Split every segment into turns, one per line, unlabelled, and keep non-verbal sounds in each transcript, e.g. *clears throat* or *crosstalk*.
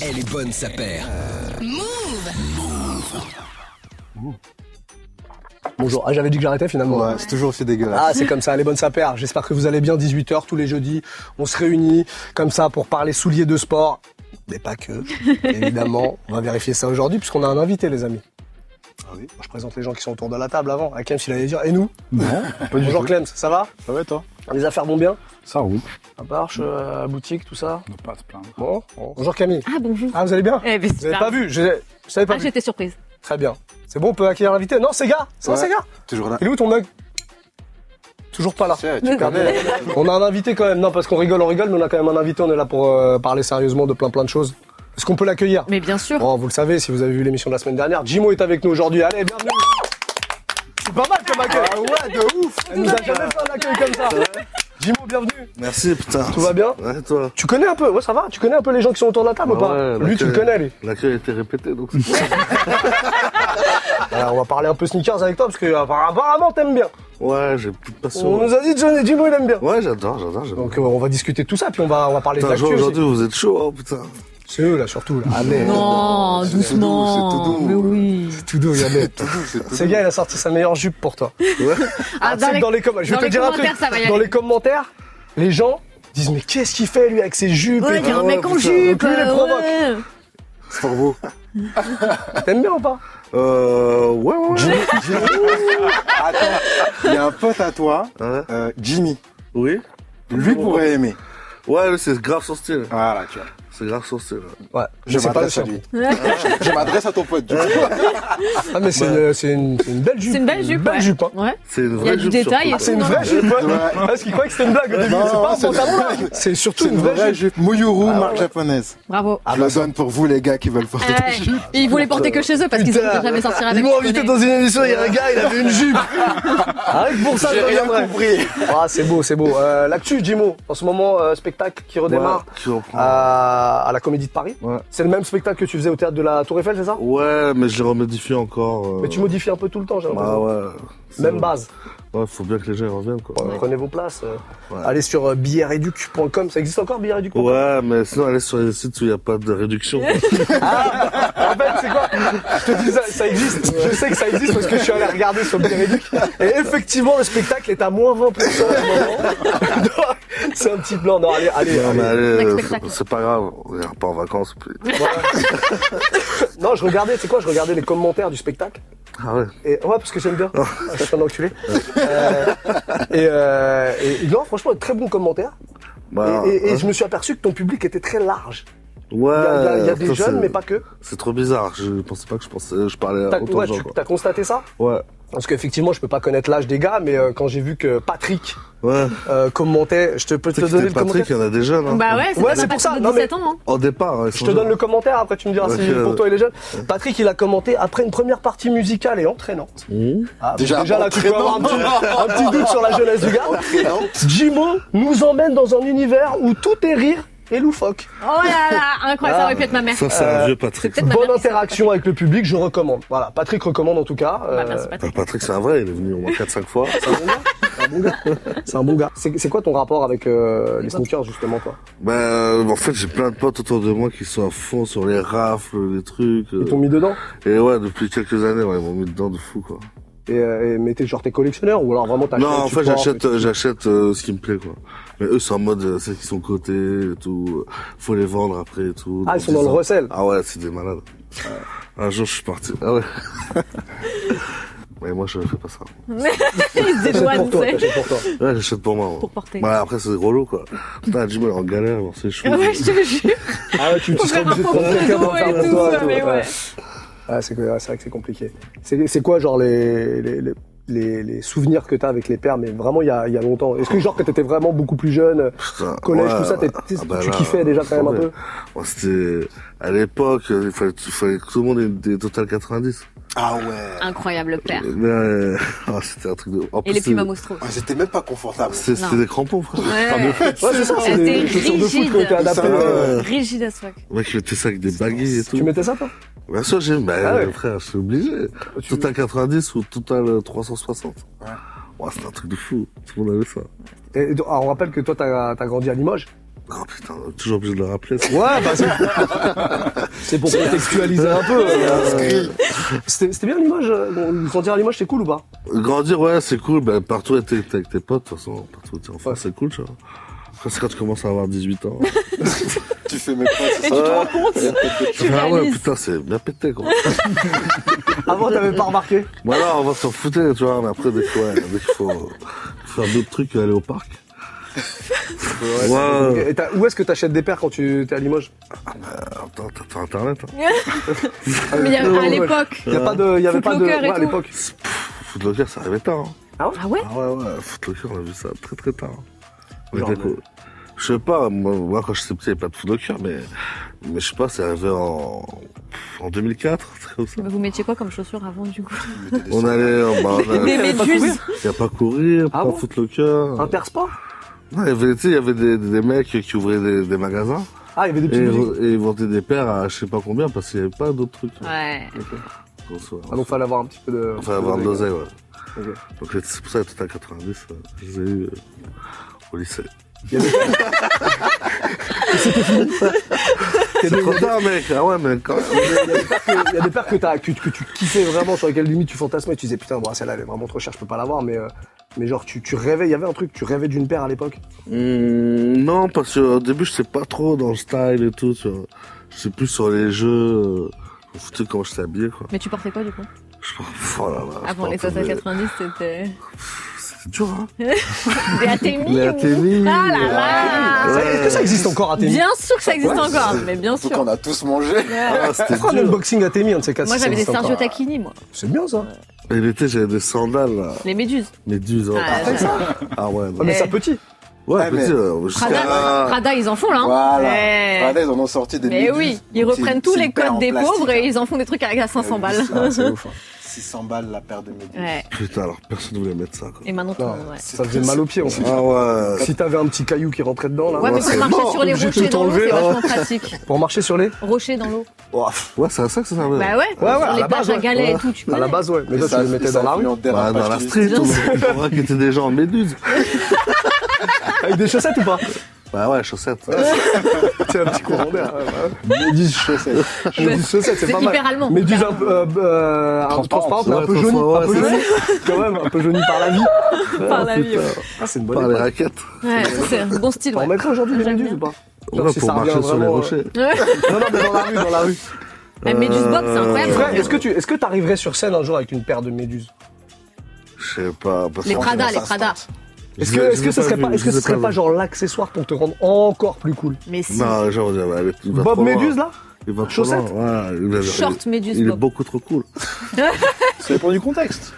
Elle est bonne, sa paire.
Move
Bonjour. Ah, j'avais dit que j'arrêtais finalement.
Ouais, c'est toujours aussi dégueulasse.
Ah, c'est comme ça, les bonnes sapères. J'espère que vous allez bien. 18h tous les jeudis, on se réunit comme ça pour parler souliers de sport. Mais pas
*laughs*
que. Évidemment, on va vérifier ça aujourd'hui puisqu'on a un invité, les amis.
Ah
Moi, Je présente les gens qui sont autour de la table avant. À Clem, il allait dire. Et nous
Pas du
Bonjour
tout.
Clem, ça va
Ça va toi euh,
Les affaires vont bien
Ça roule.
La barche, la boutique, tout ça.
Ne pas se plaindre.
Bon. Bonjour Camille.
Ah bonjour.
Ah, vous allez bien
Eh ben,
Vous n'avez pas vu Je je savais pas
Ah
vu.
j'étais surprise.
Très bien. C'est bon, on peut accueillir l'invité Non, Sega C'est
Ouais.
Sega
Toujours là.
Il est où ton mug Toujours pas là.
Tiens, tu
*laughs*
perdais.
On a un invité quand même. Non, parce qu'on rigole, on rigole, mais on a quand même un invité. On est là pour euh, parler sérieusement de plein plein de choses. Est-ce qu'on peut l'accueillir
Mais bien sûr.
Bon, vous le savez, si vous avez vu l'émission de la semaine dernière, Jimo est avec nous aujourd'hui. Allez, bienvenue C'est pas mal comme accueil Ah ouais, de ouf Elle nous a jamais fait un accueil comme ça Jimo, bienvenue
Merci putain.
Tout va bien
Ouais toi.
Tu connais un peu Ouais, ça va Tu connais un peu les gens qui sont autour de la table ou
Bah
pas
ouais, bah
Lui, tu le
que-
connais, lui.
La queue a été répétée donc c'est
Voilà, on va parler un peu sneakers avec toi, parce que apparemment, t'aimes bien.
Ouais j'ai plus de passion.
On nous a dit que Jimo, il aime bien.
Ouais j'adore, j'adore, j'adore.
Donc euh, on va discuter de tout ça, puis on va, on va parler de
Putain,
l'actu.
genre,
aussi.
aujourd'hui vous êtes chaud hein
*laughs*
putain.
C'est eux là, surtout là. Allez,
Non,
C'est tout
doucement.
doux, c'est tout doux.
Mais oui. Ah,
tout Ah, doux, regardez.
C'est tout.
Ce gars, il a sorti sa meilleure jupe pour toi.
Ah,
Tu sais que dans les commentaires, je vais
dans
te
les
dire un truc.
commentaires, ça va y
Dans
aller.
les commentaires, les gens disent mais qu'est-ce qu'il fait lui avec ses jupes
Ouais,
et
il y a
tout.
un mec en
putain,
jupe.
hein. Plus les
euh,
provoque.
ouais.
C'est pour vous.
T'aimes bien ou pas
Euh ouais ouais. ouais.
Attends, il y a un pote à toi,
Ouais.
euh, Jimmy.
Oui.
Lui pourrait aimer.
Ouais lui, c'est grave son style.
Voilà, tu vois.
C'est grave son style.
Ouais,
Je
mais c'est pas le
m'adresse à
seul.
lui. *laughs* Je m'adresse à ton pote. *laughs* Du coup.
Ah mais c'est une, c'est une, c'est une belle jupe.
C'est une belle jupe.
Belle
ouais.
jupe, hein.
Ouais.
C'est une
Il y a
vraie
du
jupe,
détail
surtout.
et
Ah, c'est une
Non.
vraie jupe, ouais.
Ouais.
Parce qu'il croit que c'était une blague au début.
Non,
C'est pas un
c'est une
pantalon,
vraie
là. C'est surtout
C'est
une vraie jupe.
Muyuru, marque japonaise.
*laughs*
Bravo.
Je la donne pour vous les gars qui veulent porter ta
Ouais.
jupe.
Et ils voulaient porter que chez eux parce qu'ils ne
Putain.
pouvaient jamais sortir avec.
Ils m'ont
les
invité
connais.
dans une émission, il y a un gars, il avait
*laughs*
une jupe. Arrête pour ça, je reviendrai. Ah, c'est beau, c'est beau. Euh, L'actu, Jimo, en ce moment, euh, spectacle qui redémarre
Ouais, tu reprends.
à, à la Comédie de Paris.
Ouais.
C'est le même spectacle que tu faisais au théâtre de la Tour Eiffel, c'est ça
Ouais mais je l'ai remodifié encore. euh,
Mais tu modifies un peu tout le temps, j'ai
Bah
l'impression.
ouais. C'est-
Même base.
Ouais faut bien que les gens y reviennent quoi.
Euh, Prenez vos places. euh,
Ouais.
Allez sur euh, billereduc.com. Ça existe encore, billereduc.com
Ouais, mais sinon, allez sur les sites où il n'y a pas de
*laughs*
réduction.
En fait, c'est quoi Je te dis ça, ça existe. Je sais que ça existe parce que je suis allé regarder sur Biréduc. Et effectivement, le spectacle est à moins 20% en ce moment. *laughs* Donc, c'est un petit plan. Non, allez, allez.
Non, mais
allez.
allez,
Next
euh,
spectacle.
c'est- c'est pas grave, on ira pas en vacances. puis-
Non, je regardais, c'est quoi Je regardais les commentaires du spectacle.
Ah ouais.
Et ouais, parce que j'aime bien.
Oh.
Ah, Je suis un enculé. Euh, et, euh, et non, franchement, très bon commentaire.
Bah,
et et- et
hein.
je me suis aperçu que ton public était très large. Il
ouais,
y a, il y a- il y a des
putain,
jeunes,
Ah, c'est-
mais pas que.
C'est trop bizarre, je pensais pas que je pensais, je parlais à
T'as
autant de
ouais,
gens.
tu-
quoi.
t'as constaté ça
Ouais,
Parce qu'effectivement, je peux pas connaître l'âge des gars, mais euh, quand j'ai vu que Patrick
ouais.
euh, commentait, je te peux te
Tu sais que
donner le
t'es Patrick,
commentaire.
il y en a des jeunes. Hein.
Bah ouais,
Ouais,
c'est
c'est
pas
pour ça,
parti de
non, mais-
17 ans. hein.
Au départ, ils
Je
sont
te donne
jeunes.
le commentaire, après tu me diras
Ok,
si pour
ouais.
toi il est jeune. Patrick, il a commenté après une première partie musicale et entraînante.
Mmh.
Ah,
Déjà,
là, tu peux avoir un petit, un petit doute sur la jeunesse du gars. Jimo nous emmène dans un univers où tout est rire et loufoque.
Oh là là, incroyable, ça aurait pu être ma
Ah.
mère.
Ça, c'est un vieux Patrick.
Euh, C'est peut-être ma
Bonne
mère. qui
interaction avec le public, je recommande. Voilà, Patrick recommande en tout cas.
s'est- Bah,
Euh,
merci,
*laughs*
Patrick.
Bah, Patrick, c'est un vrai, il est venu au moins 4-5 fois.
*laughs*
*laughs*
c'est un bon gars. C'est c'est quoi ton rapport avec euh, les sneakers justement toi
Bah, euh, en fait, j'ai plein de potes autour de moi qui sont à fond sur les rafles, les trucs.
Ils
euh.
t'ont mis dedans
Et ouais, depuis quelques années, ouais, ils m'ont mis dedans de fou, quoi.
et, euh, et mais t'es genre t'es collectionneur ou alors vraiment t'achètes
Non, en
tu
fait,
portes,
j'achète, euh, j'achète euh, ce qui me plaît, quoi. Mais eux, c'est en mode, euh, ceux qui sont cotés et tout. euh, Faut les vendre après et tout.
Ah, ils sont dans le
10 ans.
recel.
Ah ouais, c'est des malades. Un jour, je suis parti. Ah ouais. *laughs* Mais moi, je fais pas ça.
Il se
T'achètes
dédouane,
pour toi,
tu sais,
t'achètes pour toi.
*laughs*
Ouais, j'achète pour moi. moi.
pour porter.
Bah, après, c'est relou, quoi. Putain, Jim, il est en galère, dans ses cheveux.
*laughs* *laughs* Ouais, je te jure.
Ah ouais, tu,
Faut
tu serais
faire un
obligé de prendre
portrait
quelqu'un pour
d'eau
faire
et
pour
tout,
toi. et tout,
mais
ouais.
ouais.
Ah, c'est que- ah, c'est vrai que c'est compliqué. C'est c'est quoi, genre, les, les, les, les- les souvenirs que t'as avec les pères, mais vraiment il y a, il y a longtemps Est-ce que, genre, que t'étais vraiment beaucoup plus jeune, euh,
Putain,
collège, tout ça,
ouais.
t'es- t'es-
Ah bah
tu
là,
kiffais déjà quand même un
ouais.
peu
Ouais, c'était, à l'époque, euh, il fallait, il fallait que tout le monde ait des total 90.
Ah ouais.
Incroyable le père.
Mais, euh, *laughs* ah, c'était un truc de, en
Et les
c'est-
plumes à moustro.
Ouais, C'était même pas confortable.
c'est-
Non.
c'était des crampons, frère.
Ah,
Ouais,
Ouais, c'est ça, c'est
C'était
des chaussures de foot qui ont été
rigide.
adaptées.
Ça,
euh,
ouais.
rigide à soi.
Moi qui mettais ça avec des baguilles et tout.
Tu mettais ça, toi
Bien sûr, j'aime. Bah,
Ah ouais.
frère, je suis obligé.
Tu-
Total 90 ou total euh, 360. Ouais. Ouais, c'est un truc de fou. Tout le monde avait ça.
ah, Et donc, alors, on rappelle que toi, t'as as grandi à Limoges.
Oh putain, toujours obligé de le rappeler. ça.
Ouais, bah, c'est- *laughs* c'est pour contextualiser un
*laughs*
peu. euh, C'était c'était bien Limoges. euh, bon, Grandir à Limoges, c'est cool ou pas
Grandir, ouais, c'est cool. Ben, partout où t'es t'es avec tes potes, de toute façon, partout où t'es enfant,
Ouais.
c'est cool, tu vois. Après, c'est quand tu commences à avoir 18
*laughs*
ans.
Tu fais mes pas, c'est
Ah.
Et tu
ça.
te rends compte Tu
ah ouais,
réalises.
putain, c'est bien pété, quoi.
Avant, Ah t'avais pas remarqué
voilà, on va s'en foutre, tu vois, mais après, dès que, ouais, dès qu'il faut euh, faire d'autres trucs que aller
*laughs*
au parc. ouais,
Euh.
Et t'as- Où est-ce que t'achètes des paires quand tu t'es à Limoges
attends, t'as t'as internet, hein.
Mais il y a-
Ah, Non,
à
ouais.
l'époque.
Il y a pas de, il y avait pas de,
Footlocker et
ouais, à
tout.
l'époque.
Footlocker, ça arrivait tard, hein.
Ah ouais
Ah ouais, ouais, Footlocker, on a vu ça très très tard. On
Genre,
était
mais-
co- Je sais pas, moi, moi, quand j'étais petit, il n'y avait pas de Footlocker, mais, mais je sais pas, c'est arrivé en, en 2004, c'est comme ça.
Mais Vous mettiez quoi comme chaussures avant du coup
On allait, euh, bah, on allait-
Des *laughs* méduses
il y a pas courir,
Ah
pas
bon Ah,
Footlocker.
Intersport
Non, il y avait, tu sais, il y avait des, des mecs qui ouvraient des, des magasins
Ah, il y avait des
et,
petites musiques.
et ils vendaient des paires à je sais pas combien parce qu'il n'y avait pas d'autres trucs.
Ouais.
qu'on soit-
Ah, donc fallait avoir un petit peu de.
Enfin, avoir de l'oseille, ouais.
Ok.
Donc c'est pour ça que tout à 90, euh, je les ai eu euh, au lycée. C'est trop tard, mec. Ah ouais, mais quand même.
Il y a des paires que- il y a des paires que, t'as- que, que tu kiffais vraiment, sur lesquelles limite tu fantasmais, tu disais putain, bon, celle-là elle est vraiment trop chère, je peux pas l'avoir, mais, euh, mais genre tu, tu rêvais, il y avait un truc, tu rêvais d'une paire à l'époque.
Hum, non, parce qu'au début, je sais pas trop dans le style et tout. Tu vois. Je sais plus sur les jeux. euh, Je me foutais comment j'étais habillé, quoi.
Mais tu portais quoi du coup
Je pense, *laughs* oh là là. je
Avant les
portais
années
des-
90, c'était.
C'est dur, hein. *laughs*
Des Atemi
Les
ou-
ATV.
Ah là là
Ça- Est-ce que ça existe encore à Témi
Bien sûr que ça existe
Ouais,
encore,
c'est-
mais bien
Surtout
sûr.
qu'on a tous mangé.
Ah, c'était
Pourquoi un
dur.
unboxing à Témi, un de ces quatre
Moi
ça
j'avais des
existe
Sergio
encore.
Tacchini, moi.
C'est bien ça.
Et l'été, j'avais des sandales, là.
Les méduses.
Méduses, hein.
Ah,
Parfait,
ça.
ça. Ah ouais, non.
Ah, mais
Eh.
ça petit.
Ouais,
Ah,
mais
mais-
tu sais, euh,
Ah.
Prada,
Ah.
jusqu'à...
Prada, ils en font là. hein.
*laughs* Voilà.
Ouais.
Voilà, ils en ont sorti des
Mais
méduses.
oui, ils
Donc, c'est-
reprennent tous
c'est
les
une paire
codes
en
des
plastique,
pauvres et
hein.
ils en font des trucs à 500 balles.
Ah, c'est ouf, hein. 600 balles la paire de méduses.
Ouais.
Putain, alors personne voulait mettre ça, quoi.
Et maintenant, tout le
Non,
monde, ouais.
Ça faisait mal aux pieds en fait.
Ah ouais.
Si t'avais un petit caillou qui rentrait dedans là.
Ouais, mais
c'est
pour marcher
mort,
sur les
obligé de
rochers
tout
dans l'eau, c'est
enlever.
vachement pratique.
Pour marcher sur les.
Rochers dans l'eau.
Ah, Ouais, c'est à ça que ça servait.
Bah
Ouais,
ouais,
ouais, à
sur les
la base,
plages à
ouais.
galets et
Ouais.
tout, tu
À la
connais.
base ouais, mais
Et
toi tu
ça-
les mettais
ça
dans la
finit
rue.
en
Bah,
dérapage
dans la
du-
street, on on voit qu'il était déjà en méduse.
Avec des chaussettes ou
*laughs*
pas
Bah ouais, chaussettes.
C'est un petit courant d'air. ouais, ouais.
Méduses chaussettes.
Mais du chaussette, c'est
C'est
pas mal.
hyper allemand.
Mais du un peu euh, euh, un peu transparente, mais un
Ouais,
peu jaunie, un peu
transparente,
jaunie. quand même, un peu jaunie par la vie.
Par la vie, ouais.
Ah, c'est une bonne
Par les
idée.
raquettes.
Ouais, c'est un bon style,
On
ouais.
remettra aujourd'hui les
J'aime
méduses
bien.
ou pas Genre,
Ouais,
si
pour
ça revient
marcher sur les
vraiment, euh,
rochers.
Non, non, mais dans la rue, dans la rue.
La méduse box, c'est incroyable.
Frère, est-ce que tu est-ce que t'arriverais sur scène un jour avec une paire de méduses
Je sais pas. parce
Les
que-
Prada, les
Ça se
Prada.
tente.
Est-ce
Je
que
les ai-
est-ce
je
que
les
ce
ai
serait
vus,
pas est-ce
je
que ce
les ai
serait
pas
pas
vus.
genre l'accessoire pour te rendre encore plus cool
Mais si.
Non, genre, il va aller il va
Bob
trop loin.
Méduse là
Il va trop
Chaussettes
loin, ouais, il va-
Short méduse
Il est
box.
beaucoup trop cool.
Ça dépend du contexte.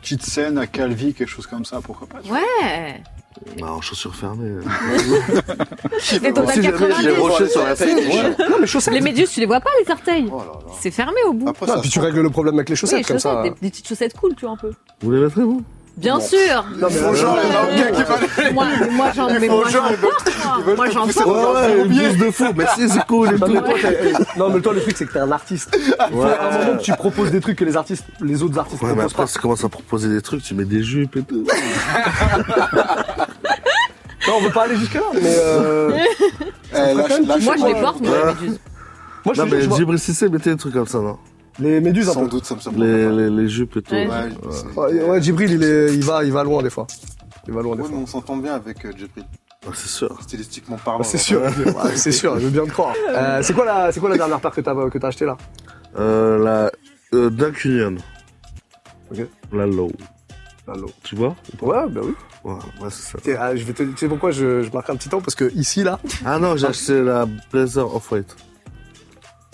Petite scène à Calvi, quelque chose comme ça, pourquoi pas.
Ouais.
Non, Bah, chaussures fermées. euh.
*laughs* Les totales
Si jamais il y a des
90.
rochers sur la scène, ouais.
Non mais chaussettes.
Les méduses, tu les vois pas, les orteils.
Oh là là.
C'est fermé au
Ah,
bout.
Après,
Non,
ça
puis
se
tu règles le problème avec les
Oui, les
chaussettes comme ça. hein.
chaussettes, des, des petites chaussettes cool, tu vois, un peu.
Vous les mettrez, vous
Bien sûr
Non mais
Faut genre, il y en a aucun qui va les-
Moi, moi j'en mets moi, j'en
Faut genre, ils veulent- ils
porte.
veulent
Moi,
te
j'en
pousser
porte.
dans un
ouais, une
bourbier.
blouse de fou. Mais si, c'est cool et
Non mais,
tout.
toi, t'es- eh, non, mais toi le truc c'est que t'es un artiste. Il faut à un moment que tu proposes des trucs que les artistes, les autres artistes
Ouais, mais
proposent
après,
pas.
si tu commences à proposer des trucs, tu mets des jupes et tout.
Non on veut pas aller jusque là. Mais euh,
Eh, lâche- lâche-
Moi, je les
Ouais.
porte, moi, les méduses.
moi je, te
Non,
jure,
mais
je vois-
Djibril Cissé mettait des trucs comme ça, non
les méduses un
Sans
peu.
doute, ça me semble.
les, les, les jupes et tout.
Ouais.
Ouais,
Ouais, ouais, Djibril, il, est, il, va, il va loin des fois. Il va loin des
Ouais, mais
fois.
on s'entend bien avec euh, Jeffrey,
Ah, c'est sûr.
stylistiquement parlant.
Bah, c'est sûr, Ouais, c'est sûr, je veux bien te croire. Euh, c'est quoi la, c'est quoi la dernière paire que t'as, que t'as achetée là
Euh, la euh, Dunk Union.
Ok.
La Low.
Allô
Tu vois
Ouais, bah oui.
Ouais, ouais c'est ça.
Tiens, ah, je vais te, tu sais pourquoi je, je marque un petit temps Parce que ici là,
Ah non, j'ai acheté la Blazer Off-White.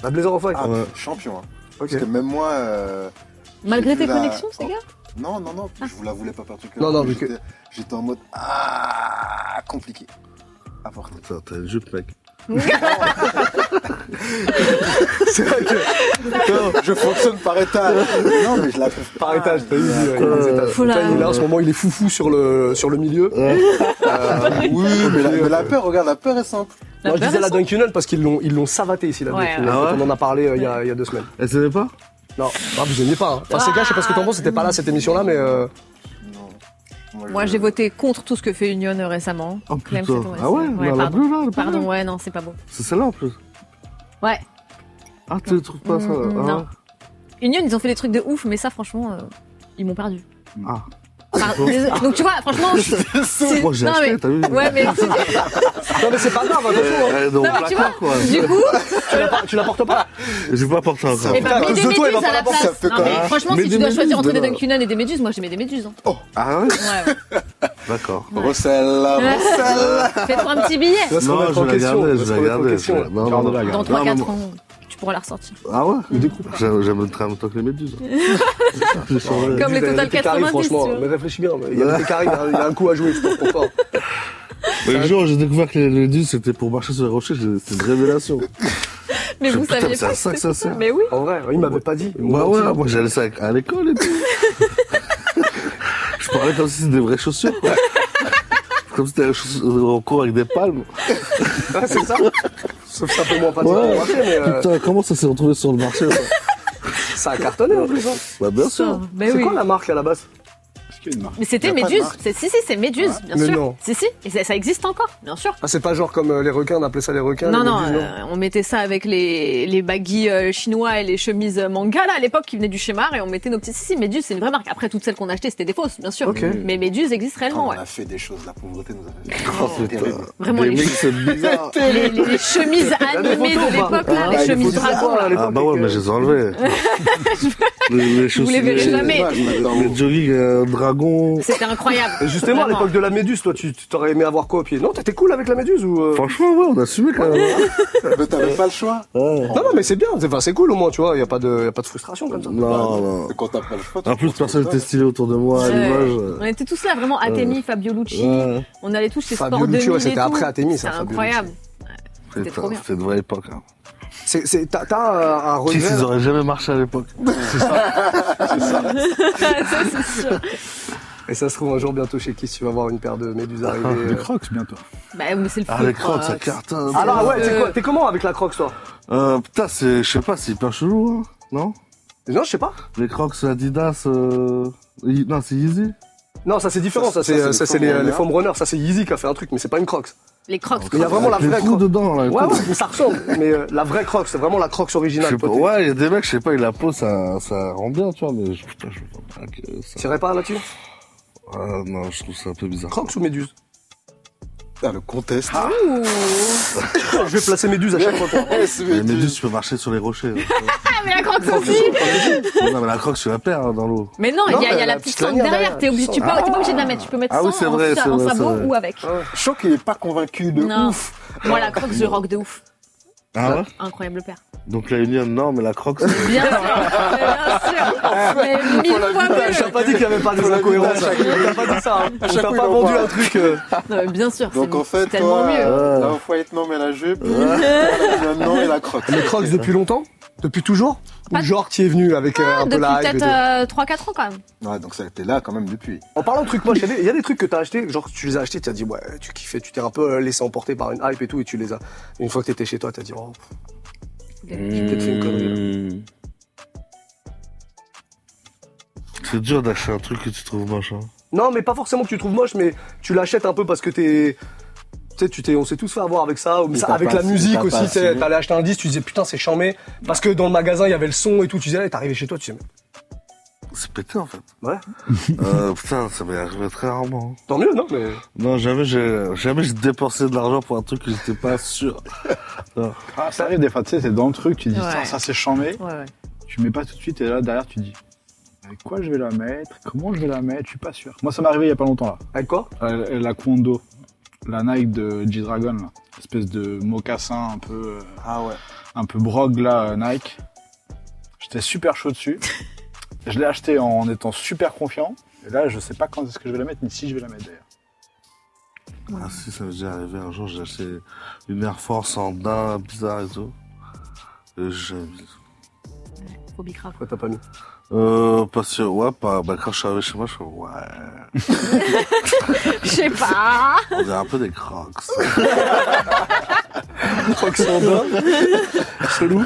la blazer off white.
Ah,
Ouais.
champion. hein.
ok.
Parce que même moi. euh,
Malgré
j'ai vu
tes
la-
connexions, ces
Oh.
gars
Non, non, non, je vous la voulais pas particulièrement.
Non, non, mais que-
j'étais j'étais en mode. Ah, compliqué. Ah, À porter.
Putain, t'as une jupe, mec.
*laughs*
C'est vrai que
je fonctionne par étage. non, mais je la trouve
par étage, t'as eu.
Ah,
il y a des étages.
Faut la-
Putain, Il est là en ce moment, il est foufou sur le, sur le milieu.
Ah
euh, Oui, mais la, mais la peur, regarde, la peur est simple.
La
Moi je
paire,
disais la
elle
Dunkin' Donuts parce qu'ils l'ont, ils l'ont savaté ici la
Ouais,
Dunkin'
ouais.
Donuts,
Ah ouais
On en a parlé euh, il y, a, il y a deux semaines.
Elle se met pas
Ah.
Non, ah, vous aimiez pas. hein. Enfin, c'est gars, je sais pas ce que t'en penses, c'était pas là cette émission là, mais. euh,
Non.
Moi, j'ai voté contre tout ce que fait Union euh, récemment.
Oh,
Clem,
putain.
c'est ton-
Ah ouais,
c'est-
là, la
pardon.
bleue, là, la
Pardon,
bleue.
ouais, non, c'est pas beau.
C'est celle-là en plus.
Ouais.
Ah, tu ne trouves pas ça là
Mm, mm,
Ah,
non. Union, ils ont fait des trucs de ouf, mais ça, franchement, euh, ils m'ont perdu.
Ah.
Par- Désolé. Donc, tu vois, franchement, c'est-
Moi j'ai
non,
acheté,
mais-
t'as vu
Ouais, mais du
Non, mais c'est pas grave, attention. hein.
Euh, Dans
Non,
le
mais tu
placard quoi.
coup,
Tu la par- Tu la portes pas
J'ai pas porté encore.
eh
Putain, à
ben, mets
cause
des
de toi, il
méduses
va pas
à la
l'avoir,
place.
ça fait
Non,
quand
mais
même.
franchement,
Mais
si
des
tu dois
méduses,
choisir entre des
voilà.
Dunkin' et des méduses, moi, j'ai mis des méduses. hein.
Ah ouais
Ouais,
D'accord.
Ouais.
Ah
Rossella, Rossella.
ouais. Fais-toi un petit billet.
Tu vas se
Non,
remettre
je
en
la
question,
gardais,
tu vas
je
se
la
remettre en
gardais.
question.
je la- Non,
Tu
non,
regardes
non.
la
Dans
garde.
Non,
3-4
mais-
ans, tu pourras la ressortir.
Ah ouais
Le découpe.
J'aime j'aime le train autant que les
*laughs*
méduses. C'est sûr, ouais.
Comme les
Il y a
Total
des carrés,
90,
franchement,
tu vois.
mais réfléchis bien. mais Il y
*laughs*
a des carrés, il y a- il y a un coup à jouer, je pense, pour toi.
Mais Le jour où j'ai découvert que les méduses c'était pour marcher sur les rochers, j'ai- c'était une révélation.
Mais
Je-
vous
putain,
saviez
mais c'est
pas.
à ça que ça sert.
Mais oui.
En vrai, il m'avait pas dit.
Bah Ouais, ouais, moi j'allais ça à l'école et tout. *laughs* je parlais comme si c'était des vraies chaussures, *laughs* quoi. comme si c'était des chaussures en cours avec des palmes.
Ouais, c'est ça. Sauf ça peut moins pas dire
Ouais.
pour marcher, mais euh,
Putain, comment ça s'est retrouvé sur le marché *laughs* ça
ça a cartonné en plus. hein.
Bah bien sûr.
Mais
c'est
oui.
quoi la marque à la base
Est-ce qu'il y a une marque
Mais c'était
Il y a pas de
Méduse.
marque.
C'est- Si, si, c'est Méduse, bien
Mais
sûr.
non.
Si, si. Et ça, ça existe encore, bien sûr.
Ah, c'est pas genre comme euh, les requins, on appelait ça les requins.
Non,
les
non,
méduses,
euh, on mettait ça avec les, les baggy euh, chinois et les chemises euh, manga, là, à l'époque, qui venaient du schéma, et on mettait nos petits... Si, si, Méduse, c'est une vraie marque. Après, toutes celles qu'on achetait, c'était des fausses, bien sûr.
Ok. Ah,
Mais Méduse existe réellement,
On
ouais.
a fait des choses, la pauvreté nous a fait.
Oh, putain.
terrible.
Vraiment,
les
les,
mecs, c'est *laughs* bizarre.
les-
*laughs*
les chemises
des
animées
photos,
de l'époque,
bah.
là,
Ah,
les
il faut
chemises
dire ça,
dragons, là.
à l'époque,
Ah bah ouais,
avec,
mais *laughs* je les ai enlevés. les, les
Vous les verrez
les-
jamais.
Ouais, je me
Les,
demande.
jogging euh, dragon.
C'était incroyable.
euh, Justement, à
Vraiment.
l'époque de la méduse, toi, tu tu t'aurais aimé avoir quoi au pied Non, t'étais cool avec la méduse ou. euh,
Franchement, ouais, on a assumé quand même. hein.
Mais t'avais pas le choix.
Ouais.
Non, non, mais c'est bien, c'est enfin, c'est cool au moins, tu vois, y a pas de, y a pas de frustration comme ça.
Non, non.
Quand t'as pas le choix. tu
En plus,
prends ce
personne
que
n'était
t'as.
stylé autour de moi, à
Ouais.
l'image.
euh.
On était tous là, vraiment, Atemi, Fabio Lucci,
Ouais.
on allait tous chez
Fabio
Sport 2000
Lucci, ouais,
et
c'était
tout.
après Athémie, ça,
C'était
Fabio
incroyable. *laughs* C'était trop
Putain,
bien.
C'était une vraie époque. hein.
C'est, c'est, t'as, t'as euh, un
Qui
regret.
s'ils auraient jamais marché à l'époque
Bah,
*laughs*
Ça, c'est sûr.
Et ça se trouve un jour bientôt chez qui tu vas voir une paire de méduses arriver.
Des
euh.
crocs bientôt.
Bah, mais c'est le
Ah,
feu,
les crocs,
quoi.
ça cartonne.
Alors ah ouais,
Euh,
t'es quoi- t'es comment avec la croque toi
Euh, putain, c'est, je sais pas, c'est hyper chelou, hein, non
Non, je sais pas.
Les crocs Adidas, euh... Ye- non, c'est Yeezy
Non, ça c'est différent. Ça,
Ça,
c'est
ça,
euh,
c'est
ça, c'est
les
les,
foam
les
runners.
foam runners. Ça c'est Yeezy qui a fait un truc, mais c'est pas une croque.
Les crocs.
Il y a vraiment la
Avec les
vraie
trous
croque.
dedans, là. les
Ouais,
crocs.
ouais, mais ça ressemble. *laughs* Mais euh, la vraie croque, c'est vraiment la croque
Je sais
originale.
pas,
Toi, t'es-
ouais, il y a des mecs, je sais pas, et la peau, ça, ça rend bien, tu vois, mais je, putain, je vois pas que ça.
T'irais pas là-dessus
Ah, non, je trouve ça un peu bizarre.
Crocs ou méduse
Ah, le contest. *laughs*
Ouh.
*laughs* Je vais placer méduse à chaque fois. toi.
Eh, c'est-
Les méduses, tu peux marcher sur les rochers. hein.
Ah, mais
*laughs*
la croque aussi
*laughs* non, mais la croque, tu la perds hein, dans l'eau.
Mais non, il
Non,
y a, il y a
mais
la
la
petite
petite
sangle
lanière
derrière,
derrière.
t'es obligé, tu peux, t'es pas obligé de la mettre, tu peux mettre
Ah oui, c'est
sans,
vrai,
en,
c'est
en
vrai,
sabon
c'est vrai.
ou *laughs* avec.
Choc, il est pas convaincu de
Non.
ouf.
Moi, la croque, je rock de ouf.
Ah ouais
Incroyable père.
Donc la union, non, mais la croque, c'est...
Bien sûr, mais bien sûr. Mais mille fois
Je t'ai
mieux.
pas dit qu'il y avait pas des
Faut
incohérences.
l'inviter
T'as
à
pas dit ça. hein. On
chaque
t'a
fois,
pas
il en
vendu
parle.
un truc. *laughs* euh,
Non, mais bien sûr,
Donc en
c'est
fait,
tellement
toi,
mieux.
mieux.
euh, là au foyer de môme, elle a la jupe. Toi, *laughs* là, maintenant, et la croque.
Les crocs depuis longtemps Depuis toujours Ou
Pas- Ah,
genre t'y es venu avec euh, un peu
Depuis
la hype et
peut-être
tout
euh, 3-4 ans quand même.
Ouais, donc ça, t'es là quand même depuis.
En parlant de trucs moches, il y a des- il y, a des trucs que t'as acheté, genre tu les as achetés, t'as dit ouais, tu kiffais, tu t'es un peu euh, laissé emporter par une hype et tout, et tu les as. Une fois que t'étais chez toi, t'as dit oh, j'ai peut-être fait une connerie.
Mmh. C'est dur d'acheter un truc que tu trouves moche. Hein.
Non, mais pas forcément que tu trouves moche, mais tu l'achètes un peu parce que t'es. Tu sais, tu t'es, on s'est tous fait avoir avec ça, ou
Et
ça-
t'as
avec
pas
la
assi-
musique
t'as
aussi.
pas
tu sais,
assumé.
T'allais acheter un disque, tu disais putain, c'est charmé. Parce que dans le magasin, il y avait le son et tout, tu disais, et t'arrivais chez toi, tu disais,
C'est pété en fait.
Ouais.
euh, putain, ça m'est arrivé très rarement.
tant mieux, non mais.
Non, jamais j'ai jamais j'ai dépensé de l'argent pour un truc que j'étais pas sûr.
Ah, ça arrive des fois, tu sais, t'es dans le truc, tu dis,
Ouais.
Putain, ça c'est chambé.
Ouais, ouais.
Tu mets pas tout de suite, et là, derrière, tu *laughs* dis, avec quoi je vais la mettre Comment je vais la mettre Je suis pas sûr. Moi, ça m'est arrivé il y a pas longtemps, là.
Avec quoi
Euh, la Kwando, la Nike de G-Dragon, là. espèce de mocassin un peu, euh,
Ah ouais.
un peu brogue là, euh, Nike. J'étais super chaud dessus. je l'ai acheté en étant super confiant. Et là, je sais pas quand est-ce que je vais la mettre, ni si je vais la mettre d'ailleurs.
Ah si, ça m'est déjà arrivé un jour, j'ai acheté une Air Force en daim bizarre et tout. Et j'ai mis-
Faut bicrave.
Pourquoi t'as pas mis *laughs*
Euh, parce que, ouais, pas, bah, quand je suis arrivé chez moi, je suis ouais,
*laughs* Je sais pas.
on dirait un peu des crocs. *laughs*
Crocs en bas. Chelou.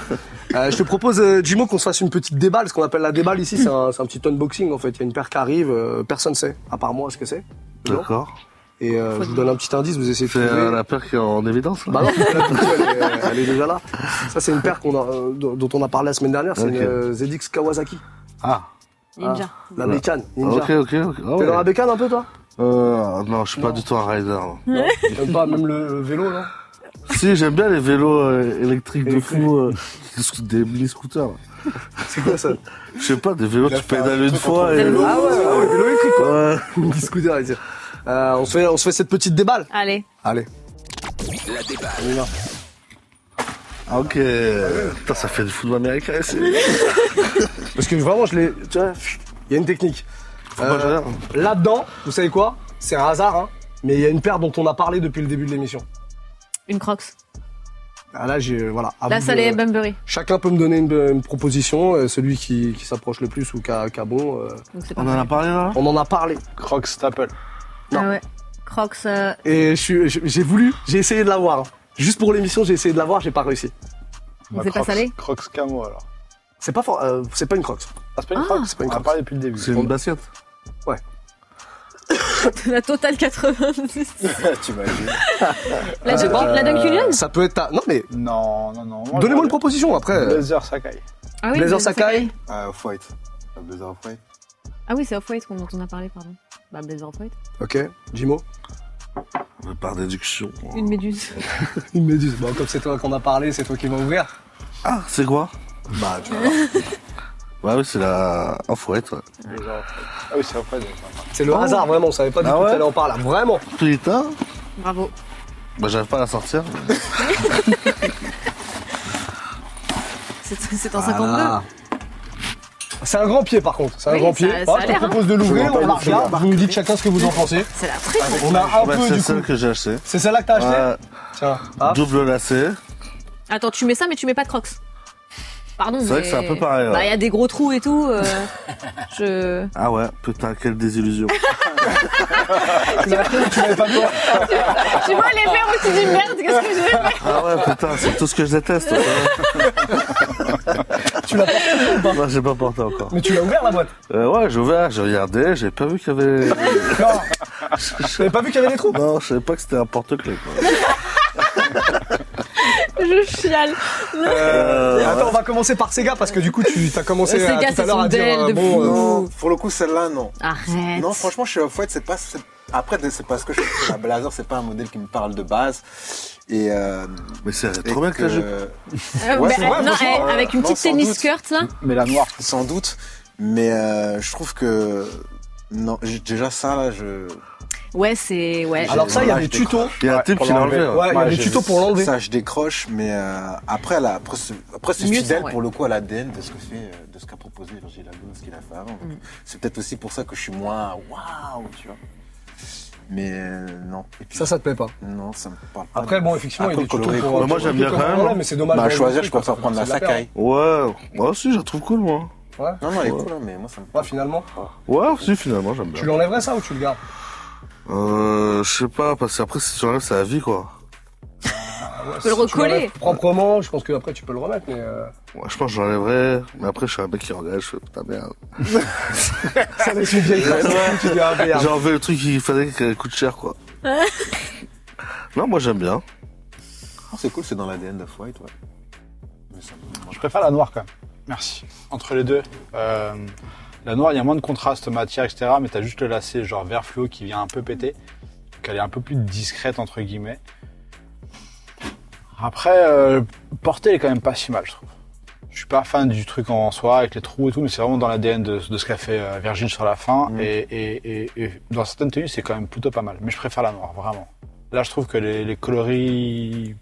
Euh, je te propose, euh, Jimo, qu'on se fasse une petite déballe. Ce qu'on appelle la déballe ici, c'est un, c'est un petit unboxing en fait. Il y a une paire qui arrive, euh, personne sait, à part moi, ce que c'est. *laughs* Non
D'accord.
Et euh, je vous donne un petit indice, vous essayez de
C'est
trouver.
euh, la paire qui est en évidence, là. *laughs*
Bah non, la petite, elle, est, elle est déjà là. Ça, c'est une paire qu'on a, euh, dont dont on a parlé la semaine dernière. C'est
Ok.
une euh, ZX Kawasaki,
Ah,
Ninja.
la
Ouais.
bécane.
Ah,
Ninja.
ok, ok, ok. Ah,
T'es dans la
ouais.
bécane un peu, toi
euh, non, je suis pas
Non.
du tout un rider. là.
Même pas, même le, le vélo, là.
si, j'aime bien les vélos euh, électriques de
Électrique.
fou, euh, des sco- des mini-scooters. là.
C'est quoi
*laughs*
ça
Je sais pas, des vélos,
Il a
tu
fait un
pédales
truc
une fois
entre
et...
les deux.
Ah ouais, ah ouais, vélo électrique, quoi.
Ouais.
Petit scooter, il dit. Euh, on se fait, on se fait cette petite déballe.
Allez.
Allez. On y va.
Ah, ok. Putain, ça fait du hein, football américain ici.
Parce que vraiment, je l'ai. Tu vois, il y a une technique.
Faut pas
Euh,
gérer.
Là-dedans, vous savez quoi C'est un hasard, hein. Mais il y a une paire dont on a parlé depuis le début de l'émission.
Une Crocs.
Ah, là, j'ai. Voilà. à
La
vous de-
salée Bunbury.
Chacun peut me donner une, une proposition, euh, celui qui, qui s'approche le plus ou qui a, qui a bon. euh,
Donc c'est pas
On en a parlé, là
on en a parlé.
Crocs Staple.
Ah ouais. Crocs. euh, *laughs*
Et je suis- je- j'ai voulu, j'ai essayé de l'avoir. hein. Juste pour l'émission, j'ai essayé de l'avoir, j'ai pas réussi.
On s'est pas
Crocs-
salé
Crocs Camo alors.
C'est pas fort, euh, c'est pas une croque.
Ah, c'est pas une
Ah.
Crocs
C'est pas une
On en a
Crocs.
parlé depuis le début.
C'est une bassiette.
La totale 90.
Ah,
T'imagines
La Dunk la Dunk Union
Ça peut être ta... Non mais,
Non, non, non. Moi,
donnez-moi
je
une proposition après.
parlais-
euh,
Blazer Sakai.
Ah oui,
Blazer
Blazer
Sakai.
Ah, Off-White. Ah, Blazer Off-White.
Ah oui, c'est Off-White qu'on- dont on a parlé, pardon. Bah, Blazer Off-White.
Ok, Jimo.
Mais Par déduction.
Une méduse.
Une méduse. Bon, comme c'est toi qu'on a parlé, c'est toi qui vas ouvrir.
Ah, c'est quoi
Bah, tu vois.
*laughs* Bah oui, c'est la... Un fouette, ouais.
Blazer Off-White. Ah oui, c'est Off-White. donc, ça marche.
C'est le hasard, vraiment, on savait pas du
Ah
tout que
ouais
t'allais en parler. Vraiment.
Putain
Bravo.
Bah j'arrive pas à la sortir.
C'est c'est en 52.
Voilà. C'est un grand pied par contre, c'est un
Oui,
grand
ça-
pied.
ça a
Voilà, je
l'air,
te propose de
Je
l'ouvrir,
vous
on la
rappelle,
regarde,
c'est
vous nous dites chacun ce que vous en pensez.
C'est la très grande.
On a un
Bah,
peu
c'est
du
celle
coup.
que j'ai achetée.
C'est celle-là que t'as acheté
Ouais,
Tiens, hop.
double lacet.
Attends, tu mets ça, mais tu mets pas de Crocs. Pardon,
C'est vrai
mais-
que c'est un peu pareil, ouais.
Bah, il y a des gros trous et tout. *laughs* euh, je.
Ah ouais, putain, quelle désillusion.
tu l'avais pas vu.
tu vois les verres où tu dis merde, qu'est-ce que je vais
ah ouais, putain, c'est tout ce que je déteste.
Tu l'as pas-
Non, j'ai pas porté encore.
Mais tu l'as ouvert la boîte.
Euh, ouais, j'ai ouvert, j'ai regardé, j'ai pas vu qu'il y avait...
Non, tu l'avais pas vu qu'il y avait des trous.
non, je savais pas que c'était un porte-clés, quoi.
Je chiale.
Euh,
Attends, on va commencer par Sega parce que du coup, tu as commencé
Sega,
à- tout à
c'est
l'heure à
son
dire
DL
euh,
de
bon.
fou.
euh,
Non, pour le coup, celle-là, non.
Arrête.
Non, franchement, chez Off-White, c'est pas. c'est- Après, c'est parce que je trouve que la Blazer, c'est pas un modèle qui me parle de base. Et. Euh,
Mais c'est
et
trop bien que la jupe.
Euh,
Ouais,
mais-
c'est vrai,
non,
franchement,
eh,
euh,
avec une
non,
petite
sans
tennis
doute.
skirt là.
Mais la noire.
Sans doute. Mais euh, je trouve que. Non, j'ai- déjà ça, là, je.
Ouais, c'est ouais.
Alors ça, il y a des tutos.
Il y a un
Ouais,
type
pour
qui l'a
l'enlever.
enlevé. ouais.
Ouais, il y a
Ouais,
des
j'ai
tutos
vu
pour l'enlever.
Ça, je décroche, mais euh, après, là, après, c'est après, c'est
Mieux
fidèle
ça, ouais.
pour le coup à l'ADN de ce que fait, euh, de ce qu'a proposé Virgil Abloh, ce qu'il a fait avant. Donc,
Mm.
C'est peut-être aussi pour ça que je suis moins waouh, tu vois. Mais euh, non. Et puis,
Ça, ça te plaît pas.
non, ça me parle pas.
Après, bon, effectivement, il y a des
Après, le
tutos
coloré,
pour.
quoi.
Bah, moi, j'aime bien
pour-
quand même.
voilà, Mais c'est dommage.
Bah, à
pour
choisir,
les
je
trucs,
préfère
parce que
prendre la
c'est de perte.
Sakai.
Ouais, moi aussi, je la trouve cool, moi.
Ouais.
Non, non, elle est cool, hein, mais moi, ça me
Ouais,
parle.
finalement.
Ouais, si, finalement, j'aime
Tu
bien.
l'enlèverais ça ou tu le gardes
Euh, je sais pas, parce qu'après, si tu enlèves, c'est la vie, quoi.
Tu
peux le recoller.
l'enlèves Proprement, je pense que après tu peux le remettre, mais. euh,
Ouais, je pense que je l'enlèverais, mais après, je suis un mec qui regrette, je fais putain merde.
Ça laisse une vieille trace, tu dis, ah, merde.
J'ai enlevé le truc qu'il fallait qu'elle coûte cher, quoi. non, moi j'aime bien.
Oh, c'est cool, c'est dans l'ADN de White, ouais. Mais ça me
Je préfère la noire quand même. Merci. Entre les deux. euh, la noire, il y a moins de contraste matière, etc. Mais t'as juste le lacet, genre vert fluo, qui vient un peu péter. Donc elle est un peu plus discrète, entre guillemets. Après, euh, portée, elle est quand même pas si mal, je trouve. Je suis pas fan du truc en soi, avec les trous et tout, mais c'est vraiment dans l'ADN de, de ce qu'a fait euh, Virgil sur la fin.
Mm.
Et, et- et- et dans certaines tenues, c'est quand même plutôt pas mal. Mais je préfère la noire, vraiment. Là, je trouve que les, les coloris,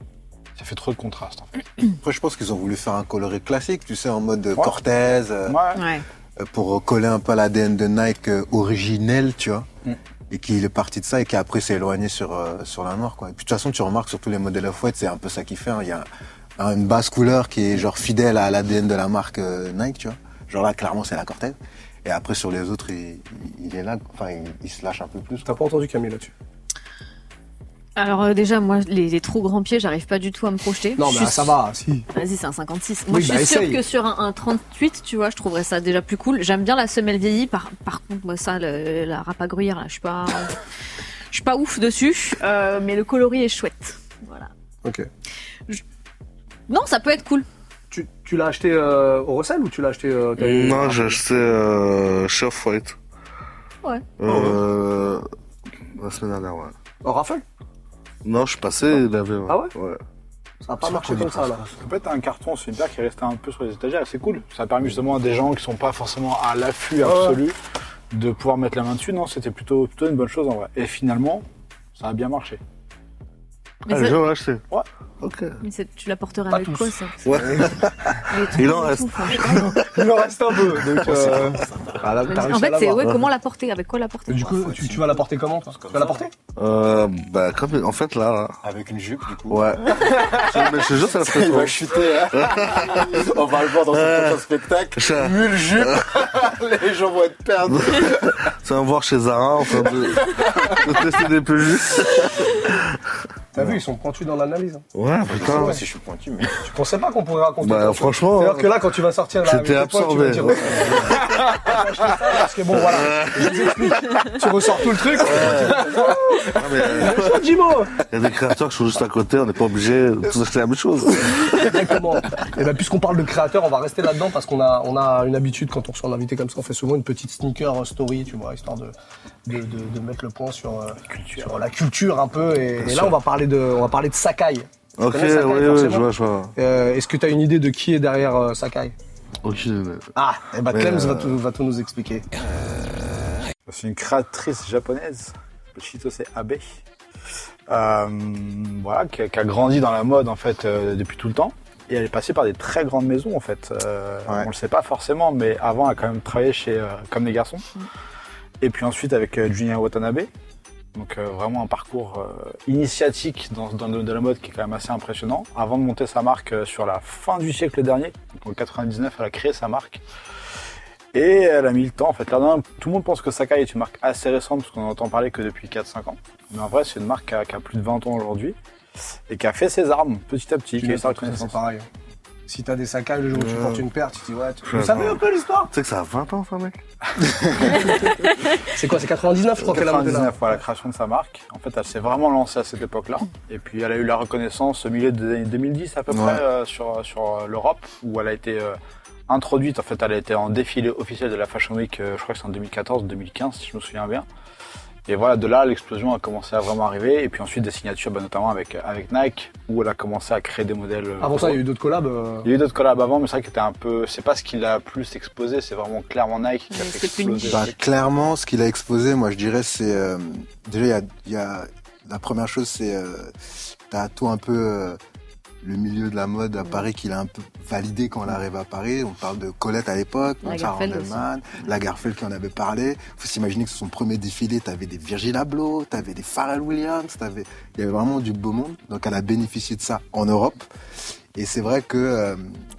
ça fait trop de contraste. en fait.
Après, je pense qu'ils ont voulu faire un coloré classique, tu sais, en mode euh,
Ouais.
Cortez, euh,
Ouais.
Ouais.
euh, pour coller un peu à l'ADN de Nike euh, originel, tu vois.
Mm.
Et qu'il est parti de ça et qui après s'est éloigné sur, euh, sur la noire, quoi. Et puis, de toute façon, tu remarques sur tous les modèles Off-White, c'est un peu ça qui fait, hein. Il y a un- une base couleur qui est genre fidèle à l'ADN de la marque euh, Nike, tu vois. Genre là, clairement, c'est la Cortez. Et après, sur les autres, il, il est là, enfin, il, il se lâche un peu plus.
T'as pas entendu Camille là-dessus
Alors euh, déjà, moi, les, les trop grands pieds, j'arrive pas du tout à me projeter.
Non, mais
Je
ah,
suis
ça va, si.
Vas-y, c'est un 56. Moi,
Oui,
je
bah,
suis sûre
essaye.
que sur un, un 38, tu vois, je trouverais ça déjà plus cool. J'aime bien la semelle vieillie. Par, par contre, moi, ça, le- la râpe à gruyère, là, je suis pas, je suis pas ouf dessus. Euh, mais le coloris est chouette. Voilà.
Ok.
Non, ça peut être cool.
Tu, tu l'as acheté euh, au recel ou tu l'as acheté euh, t'as eu-
Non, j'ai acheté euh, Chef White.
Ouais.
Euh, La semaine dernière, ouais.
au raffle
Non, je suis passé, il avait. Ouais.
Ah ouais
Ouais.
Ça a pas marché comme ça là.
Ça peut être un carton, c'est une paire qui est restée un peu sur les étagères. C'est cool. Ça a permis justement à des gens qui sont pas forcément à l'affût absolu de pouvoir mettre la main dessus. Non, c'était plutôt, plutôt une bonne chose en vrai. Et finalement, ça a bien marché.
Mais,
Ah,
ça-
je l'ai acheté.
Ouais.
Ok.
mais c'est- tu la porterais
Pas
avec
tous.
quoi, ça
Ouais.
Les trucs
Il en
et
reste.
tout, enfin,
Il en reste un peu. Donc, euh, voilà, t'as réussi
En
à
fait, c'est
l'avoir.
ouais, comment la porter Avec quoi la porter
Du coup, tu, tu vas la porter comment toi Tu vas la porter
Euh, bah, comme, en fait, là, là.
Avec une jupe, du
*laughs*
coup.
Ouais. Je- mais je te jure, ça serait
Il
trop.
va chuter, hein. On va le voir dans son prochain spectacle.
Ça-
Mule jupe. Les gens vont être perdus.
Ça va me voir chez Zara, en train de, de tester des peluches.
T'as vu, ils sont pointus dans l'analyse. hein.
Ouais,
Je sais
putain.
pas si je suis pointu, mais.
Tu pensais pas qu'on pourrait raconter
Bah,
tout ça
franchement.
C'est-à-dire que là, quand tu vas sortir là, avec
J'étais
tes potes, tu vas
absorbé.
dire, ouais, j'ai acheté ça *laughs* parce que bon, voilà, je vous explique. tu ressors tout le truc.
Ah, mais, euh,
Oh, Jimo
Il y a des créateurs qui sont juste à côté, on n'est pas obligé de tous acheter la même chose.
Exactement. Et ben, puisqu'on parle de créateur, on va rester là-dedans parce qu'on a, on a une habitude quand on reçoit un invité comme ça, on fait souvent une petite sneaker story, tu vois, histoire de, de, de, de mettre le point sur, euh, sur la culture un peu. Et, et là, on va parler de, on va parler de Sakai. Tu
Ok,
connais
ouais,
Sakai,
ouais,
forcément
je vois, je vois.
Euh, Est-ce que tu as une idée de qui est derrière euh, Sakai
Aucune idée.
Ah, et ben,
Mais,
Clems
euh,
va, tout, va tout nous expliquer.
C'est une créatrice japonaise, Shitose Abe, euh, voilà, qui, a- qui a grandi dans la mode en fait euh, depuis tout le temps. Et elle est passée par des très grandes maisons en fait. Euh,
Ouais.
On le sait pas forcément, mais avant elle a quand même travaillé chez euh, Comme les garçons. Et puis ensuite avec euh, Junya Watanabe. Donc euh, vraiment un parcours euh, initiatique dans, dans le domaine de la mode qui est quand même assez impressionnant. Avant de monter sa marque euh, sur la fin du siècle dernier, donc en 99, elle a créé sa marque. Et elle a mis le temps, en fait. Là, non, tout le monde pense que Sakai est une marque assez récente, parce qu'on en entend parler que depuis 4-5 ans. Mais en vrai, c'est une marque qui a, qui a plus de 20 ans aujourd'hui, et qui a fait ses armes, petit à petit, qui a eu sa
c'est
reconnaissance.
pareil. Si t'as des Sakai, le jour où tu
Euh.
portes une paire, tu te dis, ouais, tu...
Je
vous savez
vois.
un peu l'histoire
Tu sais que ça a 20 ans, ça, mec
C'est quoi, c'est 99, je crois qu'elle a monté là
99, voilà, la création de sa marque. En fait, elle s'est vraiment lancée à cette époque-là. Et puis, elle a eu la reconnaissance au milieu des années 2010, à peu
Ouais.
près, euh, sur, sur euh, l'Europe, où elle a été euh, introduite. En fait, elle a été en défilé officiel de la Fashion Week, euh, je crois que c'est en 2014, 2015, si je me souviens bien. Et voilà, de là, l'explosion a commencé à vraiment arriver. Et puis ensuite, des signatures, bah, notamment avec, avec Nike, où elle a commencé à créer des modèles. euh,
Avant Ah, ça, il y a eu d'autres collabs. euh,
il y a eu d'autres collabs avant, mais c'est vrai que c'était un peu. C'est pas ce qui l'a plus exposé, c'est vraiment clairement Nike qui a
Mais
fait
c'est plus une
exploser.
niche.
le
Bah,
truc.
clairement, ce qu'il a exposé, moi, je dirais, c'est euh, déjà il y a, il y a- la première chose, c'est euh, t'as tout un peu euh, le milieu de la mode à Paris qu'il a un peu validé quand on arrive à Paris. On parle de Colette à l'époque, Montserrat
Lagerfeld aussi.
Handelman, Lagerfeld qui en avait parlé. Faut s'imaginer que sur son premier défilé, t'avais des Virgil Abloh, t'avais des Pharrell Williams, t'avais, il y avait vraiment du beau monde. Donc elle a bénéficié de ça en Europe. Et c'est vrai que euh,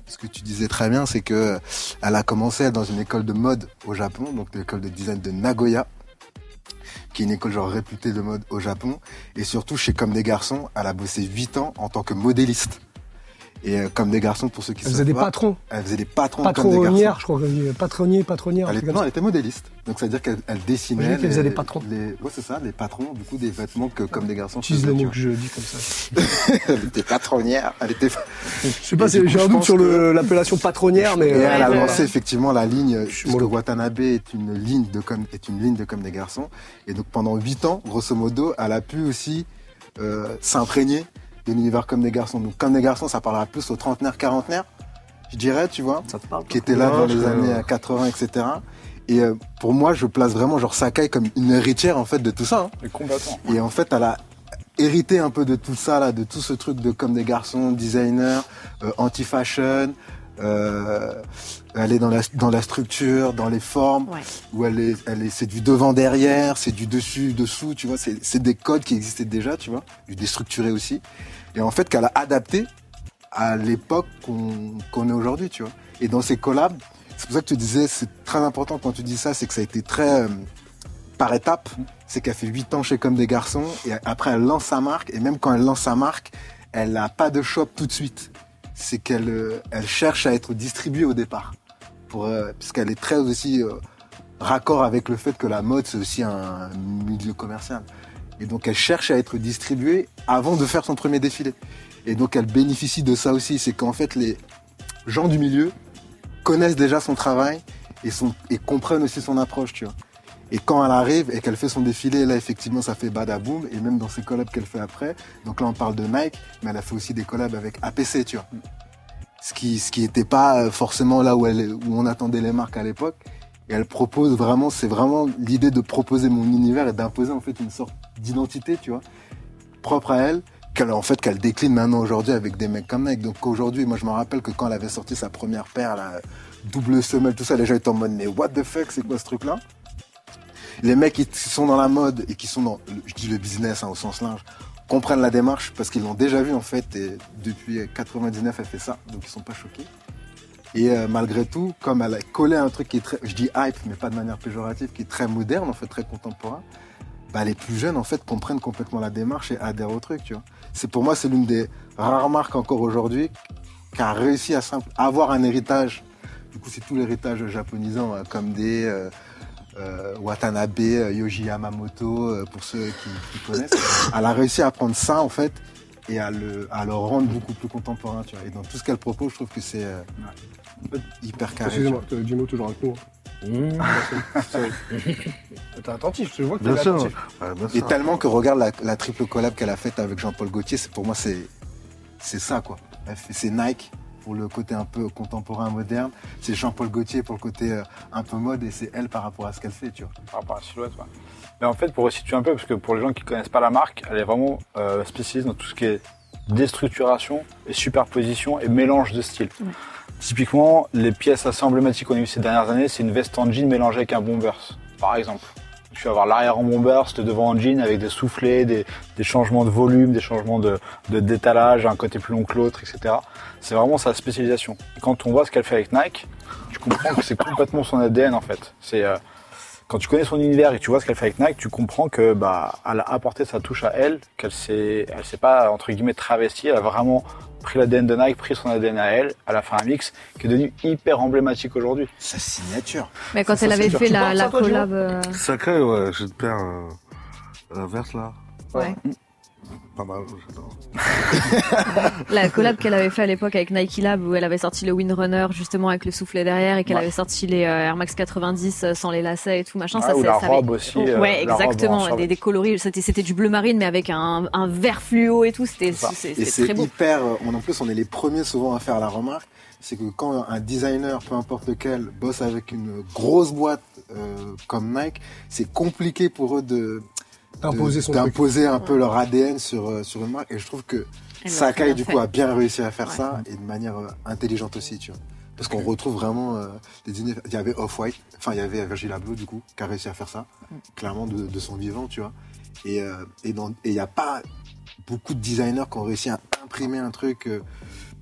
ce que tu disais très bien, c'est que euh, elle a commencé dans une école de mode au Japon, donc l'école de design de Nagoya, qui est une école genre réputée de mode au Japon. Et surtout, chez Comme des Garçons, elle a bossé 8 ans en tant que modéliste. Et euh, Comme des Garçons, pour ceux qui
Elle faisait des
savent pas,
patrons.
elle faisait des patrons de Comme des Garçons.
Patronnière, je crois qu'on dit. Patronnier, patronnière.
Elle
un
était,
truc comme
non,
ça.
elle était modéliste. Donc, ça veut dire qu'elle elle dessinait.
Je dis qu'elle faisait
les-
des patrons.
Les, ouais, c'est ça, des patrons, du coup, des vêtements que Comme des Garçons
Utilise le
faisaient,
mot
tu
que je dis comme ça.
vois. *laughs* elle était patronnière. Elle était
Je sais pas,
Et
si-
du coup,
j'ai un
je
doute
pense
sur
que-
le- l'appellation patronnière, mais. euh,
Et elle a
Ouais, ouais,
lancé
ouais.
effectivement la ligne,
suis
puisque
mollo.
Watanabe est une ligne de comme, est une ligne de comme des garçons. Et donc pendant huit ans, grosso modo, elle a pu aussi euh, s'imprégner de l'univers comme des garçons. Donc comme des garçons, ça parlera plus aux trentenaires, quarantenaires, je dirais, tu vois,
Ça te parle
qui étaient là
Ouais,
dans
je
les
sais,
années
ouais.
80, etc. Et euh, pour moi, je place vraiment genre Sakai comme une héritière en fait de tout ça. hein.
Mais Complètement.
Et en fait, elle a hérité un peu de tout ça, là, de tout ce truc de comme des garçons, designer, euh, anti-fashion. Euh, elle est dans la, dans la structure, dans les formes,
Ouais.
où elle est, elle est, c'est du devant derrière, c'est du dessus, dessous, tu vois, c'est, c'est des codes qui existaient déjà, tu vois, du déstructuré aussi. Et en fait, qu'elle a adapté à l'époque qu'on, qu'on est aujourd'hui, tu vois. Et dans ces collabs, c'est pour ça que tu disais, c'est très important quand tu dis ça, c'est que ça a été très, euh, par étapes, c'est qu'elle fait 8 ans chez Comme des garçons, et après elle lance sa marque, et même quand elle lance sa marque, elle n'a pas de shop tout de suite. C'est qu'elle euh, elle cherche à être distribuée au départ, pour, euh, parce qu'elle est très aussi euh, raccord avec le fait que la mode, c'est aussi un milieu commercial. Et donc elle cherche à être distribuée avant de faire son premier défilé. Et donc elle bénéficie de ça aussi, c'est qu'en fait les gens du milieu connaissent déjà son travail et, son, et comprennent aussi son approche, tu vois. Et quand elle arrive et qu'elle fait son défilé, là effectivement ça fait badaboom et même dans ses collabs qu'elle fait après, donc là on parle de Nike, mais elle a fait aussi des collabs avec APC, tu vois. Ce qui ce qui était pas euh, forcément là où elle où on attendait les marques à l'époque et elle propose vraiment c'est vraiment l'idée de proposer mon univers et d'imposer en fait une sorte d'identité, tu vois, propre à elle qu'elle en fait qu'elle décline maintenant aujourd'hui avec des mecs comme Nike. Donc aujourd'hui, moi je me rappelle que quand elle avait sorti sa première paire la double semelle tout ça, les gens étaient en mode mais what the fuck, c'est quoi ce truc là les mecs qui sont dans la mode et qui sont dans, je dis le business hein, au sens large, comprennent la démarche parce qu'ils l'ont déjà vu en fait. Et depuis 99, elle fait ça, donc ils sont pas choqués. Et euh, malgré tout, comme elle a collé un truc qui est très, je dis hype, mais pas de manière péjorative, qui est très moderne en fait, très contemporain. Bah, les plus jeunes en fait comprennent complètement la démarche et adhèrent au truc. Tu vois. C'est pour moi c'est l'une des rares marques encore aujourd'hui qui a réussi à simple- avoir un héritage. Du coup, c'est tout l'héritage japonisant, hein, comme des euh, euh, Watanabe, euh, Yoji Yamamoto, euh, pour ceux qui, qui connaissent. euh, Elle a réussi à prendre ça, en fait, et à le, à le rendre beaucoup plus contemporain, tu vois. Et dans tout ce qu'elle propose, je trouve que c'est euh, hyper carré. tu
Excusez-moi, euh, Dino, toujours avec nous.
Mmh.
T'es attentif, je vois que t'es
Bien sûr.
attentif.
Ouais, bien
vois. Et
sûr.
tellement que regarde la, la triple collab qu'elle a faite avec Jean-Paul Gaultier, c'est pour moi, c'est, c'est ça, quoi. Elle fait- C'est Nike pour le côté un peu contemporain, moderne. C'est Jean-Paul Gaultier pour le côté euh, un peu mode, et c'est elle par rapport à ce qu'elle fait, tu vois.
par rapport à la silhouette. ouais. Mais en fait, pour resituer un peu, parce que pour les gens qui connaissent pas la marque, elle est vraiment euh, spécialiste dans tout ce qui est déstructuration et superposition et mélange de styles.
Ouais.
Typiquement, les pièces assez emblématiques qu'on a eues ces dernières années, c'est une veste en jean mélangée avec un bombers, par exemple. Tu vas avoir l'arrière en bombers, le devant en jean avec des soufflets, des, des changements de volume, des changements de, de détalage, un côté plus long que l'autre, etc. C'est vraiment sa spécialisation. Et quand on voit ce qu'elle fait avec Nike, tu comprends que c'est complètement son ADN en fait. C'est euh, quand tu connais son univers et que tu vois ce qu'elle fait avec Nike, tu comprends que bah elle a apporté sa touche à elle, qu'elle s'est elle s'est pas entre guillemets travestie, elle a vraiment pris l'ADN de Nike, pris son ADN à elle, elle a fait un mix qui est devenu hyper emblématique aujourd'hui.
Sa signature.
Mais quand
Ça,
elle
ça,
avait
c'est
fait
sûr.
la,
Tu portes
la
ça, toi, Gio
collab. euh,
Sacré, ouais, j'ai une paire euh, euh, verte là. Mm.
ouais.
Pas mal, j'adore.
La collab qu'elle avait fait à l'époque avec Nike Lab où elle avait sorti le Windrunner justement avec le soufflet derrière et qu'elle
Ouais.
avait sorti les euh, Air Max 90 euh, sans les lacets et tout machin.
Ouais,
ça,
Ah, ou
c'est-
la
ça avait-
robe aussi, euh,
ouais,
la robe en
exactement.
survêt.
des, des coloris. C'était, c'était du bleu marine mais avec un, un vert fluo et tout. C'était,
C'est ça.
c'est-
Et
c'était
c'est
très beau.
hyper. euh, On, en plus, on est les premiers souvent à faire la remarque. C'est que quand un designer, peu importe lequel, bosse avec une grosse boîte euh, comme Nike, c'est compliqué pour eux de
D'imposer
de-
son truc.
d'imposer un peu leur ADN sur euh, sur une marque. Et je trouve que
Elle l'a très
Sakai
bien
du
fait.
coup a bien réussi à faire
Ouais.
ça et de manière euh, intelligente aussi, tu vois. Parce qu'on retrouve vraiment euh, des univers. Il y avait Off White, enfin il y avait Virgil Abloh du coup qui a réussi à faire ça,
Mm.
clairement de, de son vivant, tu vois. Et euh, et dans- et il n'y a pas beaucoup de designers qui ont réussi à imprimer un truc euh,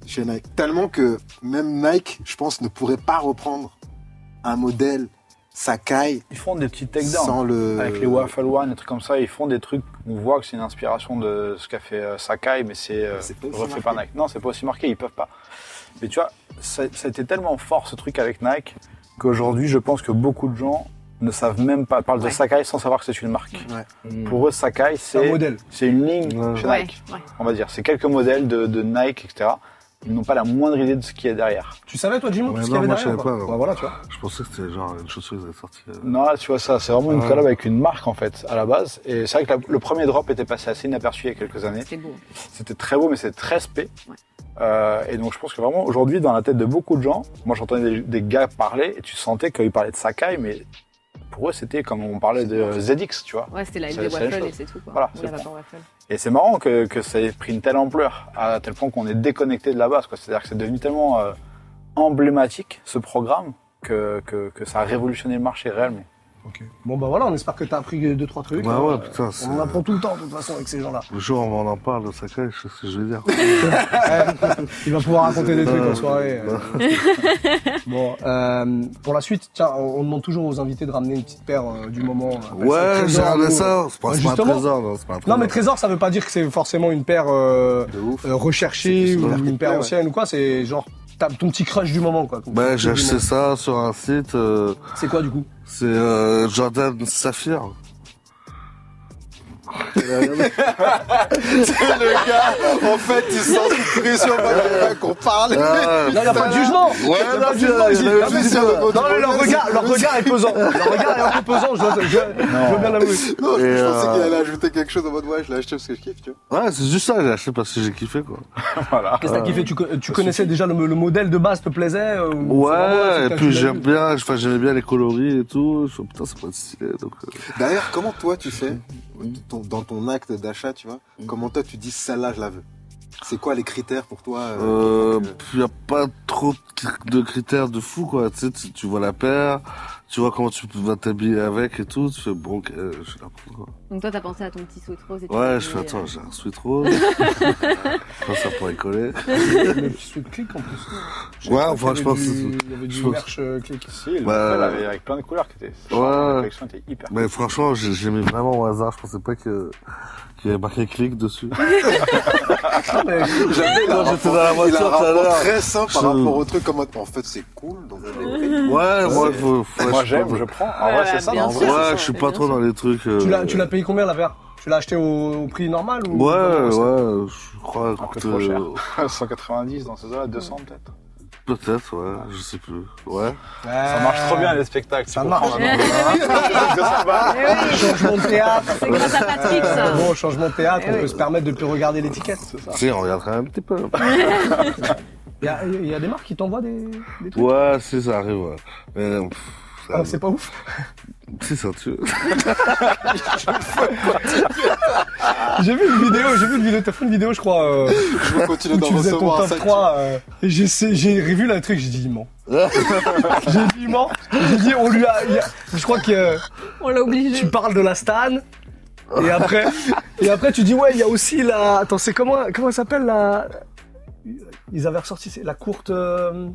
chez Nike. Tellement que même Nike, je pense, ne pourrait pas reprendre un modèle Sakai
Ils font des petits takedowns.
sans euh, le.
Avec les Waffle One, des trucs comme ça, ils font des trucs, on voit que c'est une inspiration de ce qu'a fait euh, Sakai, mais c'est euh,
C'est pas aussi
refait par
marqué.
Nike. Non, c'est pas aussi marqué, ils peuvent pas. Mais tu vois, ça, ça a été tellement fort ce truc avec Nike qu'aujourd'hui, je pense que beaucoup de gens ne savent même pas, parlent de
Ouais.
Sakai sans savoir que c'est une marque.
Ouais.
Mm.
Pour eux, Sakai,
C'est un
c'est
modèle.
c'est une ligne
Ouais.
chez
Ouais,
Nike,
ouais.
on va dire. C'est quelques modèles de, de Nike, etc. Ils n'ont pas la moindre idée de ce qu'il y a derrière.
Tu savais, toi, Jimon,
Ouais,
tout ce qu'il y
non,
avait
moi,
derrière
je savais
ou
pas,
Ouais,
non.
voilà, tu vois.
Je pensais que c'était genre une chaussure qui était sortie. euh,
Mm.
Non, là, tu vois ça, c'est vraiment une
Ouais.
collab avec une marque en fait à la base. Et c'est vrai que la- le premier drop était passé assez inaperçu il y a quelques années.
C'était beau.
C'était très beau, mais c'est très spé.
Ouais.
Euh, et donc je pense que vraiment aujourd'hui, dans la tête de beaucoup de gens, moi j'entendais des, des gars parler et tu sentais qu'ils parlaient de Sakai, mais pour eux c'était comme on parlait de ZX, tu vois.
Ouais, c'était la
C'est-
LV
c'est la
Waffle
chose.
et c'est tout. Quoi.
Voilà,
Ou
c'est
la
bon.
Vapor Waffle.
Et c'est marrant que, que ça ait pris une telle ampleur, à tel point qu'on est déconnecté de la base. quoi. C'est-à-dire que c'est devenu tellement euh, emblématique ce programme que, que, que ça a révolutionné le marché réellement.
Ok. Bon, bah voilà, on espère que t'as appris deux, trois trucs.
Bah
hein.
ouais, putain, c'est-
On en apprend tout le temps, de toute façon, avec ces
*laughs*
gens-là.
Le jour où on en parle de Sakai, je sais ce que je veux dire.
Euh,
Bah,
Il va pouvoir raconter des trucs en
Euh,
soirée. euh. *laughs* Bon, euh, pour la suite, tiens, on, on demande toujours aux invités de ramener une petite paire euh, du moment. euh, appelle ça
*laughs* Ouais,
trésor
j'ai
ou-
ramené ça. C'est
Ouais,
pas, c'est pas un
justement.
trésor, non, c'est pas un trésor.
Non, mais trésor, ça veut pas dire que c'est forcément une paire euh,
De ouf.
euh, recherchée
C'est
ou
juste une
une paire
paire, ouais.
ancienne ou quoi. C'est genre t'as ton petit crush du moment, quoi. ton
Ben,
petit
j'ai
truc du
acheté
moment.
ça sur un site, euh,
C'est quoi du coup
c'est euh,
*laughs*
Jordan Saphir.
le gars, en fait, il sent sous pression pendant qu'on parle. *laughs*
Ah,
Non, y a pas de jugement.
Ouais,
Y a
non,
pas de
c'est-
jugement
il y
ici.
en a eu
Non, mais
plusieurs.
c'est- non, mais leur regard, leur regard est pesant. Leur regard est un peu pesant. Je, dois- je- je veux bien l'avouer.
Non, je
Et,
pensais
euh,
qu'il allait ajouter quelque chose en mode ouais, je l'ai acheté parce que je kiffe, tu vois.
ouais, c'est juste ça, j'ai acheté parce que j'ai kiffé, quoi.
voilà.
Qu'est-ce que t'as kiffé Tu, co- tu connaissais déjà le, le modèle de base, te plaisait euh, ou c'est vraiment un
Ouais,
truc que
et puis
tu l'as
j'aime
vu
bien, enfin, j'aimais bien les coloris et tout. Je me suis dit, putain, ça peut être stylé, donc, euh,
D'ailleurs, comment toi tu fais ton- dans ton acte d'achat, tu vois
Mm.
Comment toi tu dis celle-là je la veux C'est quoi les critères pour toi
Euh,
donc,
il n'y a pas trop de cri- de critères de fou, quoi. Tu sais, tu, tu vois la paire, tu vois comment tu vas t'habiller avec et tout. Tu fais, bon, ok, euh, je vais la prendre, quoi.
Donc toi, t'as pensé à ton petit sweat rose et tout.
Ouais,
mais,
je fais,
euh,
attends, j'ai un sweat *laughs* rose. Enfin, ça pourrait coller.
Mais qui se clique en plus.
Ouais,
crois
enfin,
qu'il
je
y
pense
avait du-
que
Il y avait
je
du
pense-
merch euh, click.
Si, le
Bah,
modèle avait- avec plein de couleurs qui étaient.
Ouais.
La collection était hyper.
Mais franchement, j'ai- j'ai mis vraiment au hasard. Je pensais pas que, qu'il y avait marqué clic dessus.
Ah, mais-
J'avais
Quand
la
j'étais dans la voiture
il a un
tout à
rapport
l'heure.
très simple par
Je-
rapport au truc, comme en fait c'est cool, donc je l'ai pris.
Ouais, moi, faut, faut-
Moi
je
j'aime,
pense-
je prends. En vrai,
Ouais,
c'est ça.
bien
en
sûr.
vrai.
Ouais, je suis pas trop dans les trucs. euh,
Tu l'as, tu l'as payé combien la paire Tu l'as acheté au, au prix normal ou
Ouais, ouais, je crois.
Un peu
écoute,
trop cher.
euh,
*laughs* 190 dans ces eaux-là, 200 peut-être.
Peut-être, ouais, je sais plus. Ouais.
Ça
Euh,
marche trop bien les spectacles.
Ça
tu
marche.
*laughs*
comprends, maintenant. 200 balles.
Changement de théâtre.
Eh C'est grâce à Patrick, ça.
*laughs*
Eh
Bon, changement de théâtre, on peut se permettre de plus regarder l'étiquette.
Si, on regarde quand même un petit
*laughs*
peu.
Il y a, il y a des marques qui t'envoient des, des trucs.
Ouais, si, ça arrive, ouais. Mais, euh, pff, ça
Ah,
arrive.
c'est pas ouf.
Si, ça tue.
J'ai vu une vidéo, j'ai vu une vidéo, t'as fait une vidéo, je crois, euh,
Je veux continuer
où
d'en
tu faisais ton
recevoir un
top
sac.
3. euh, et j'ai, sé- j'ai revu le truc, j'ai dit, il
*laughs*
ment. j'ai dit, il ment. J'ai dit, on lui a, il y a- je crois que euh,
On l'a obligé.
tu parles de la Stan. Et après, et après, tu dis, ouais, il y a aussi la, attends, c'est comment, comment elle s'appelle la, ils avaient ressorti, c'est la courte, euh,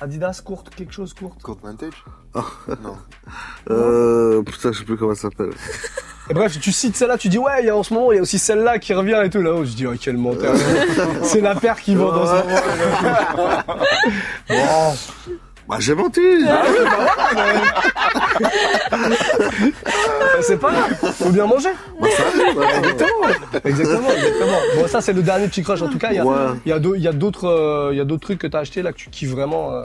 Adidas, courte, quelque chose, courte.
Compte vintage Non.
Euh, putain, je sais plus comment ça s'appelle.
Et bref, tu cites celle-là, tu dis ouais, il y a en ce moment, il y a aussi celle-là qui revient et tout. Là-haut, je dis oh, quel
*laughs*
menteur. c'est la paire qui vend dans ce moment.
*laughs* Bon. Bah, j'ai menti.
Ah, Ben, c'est pas grave, faut bien manger.
Bah, ça arrive, ouais.
Exactement, exactement. Bon, ça, c'est le dernier petit crush. En tout cas, il y a,
Ouais.
il y a d'au- il y a d'autres euh, il y a d'autres trucs que t'as acheté là que tu kiffes vraiment. euh,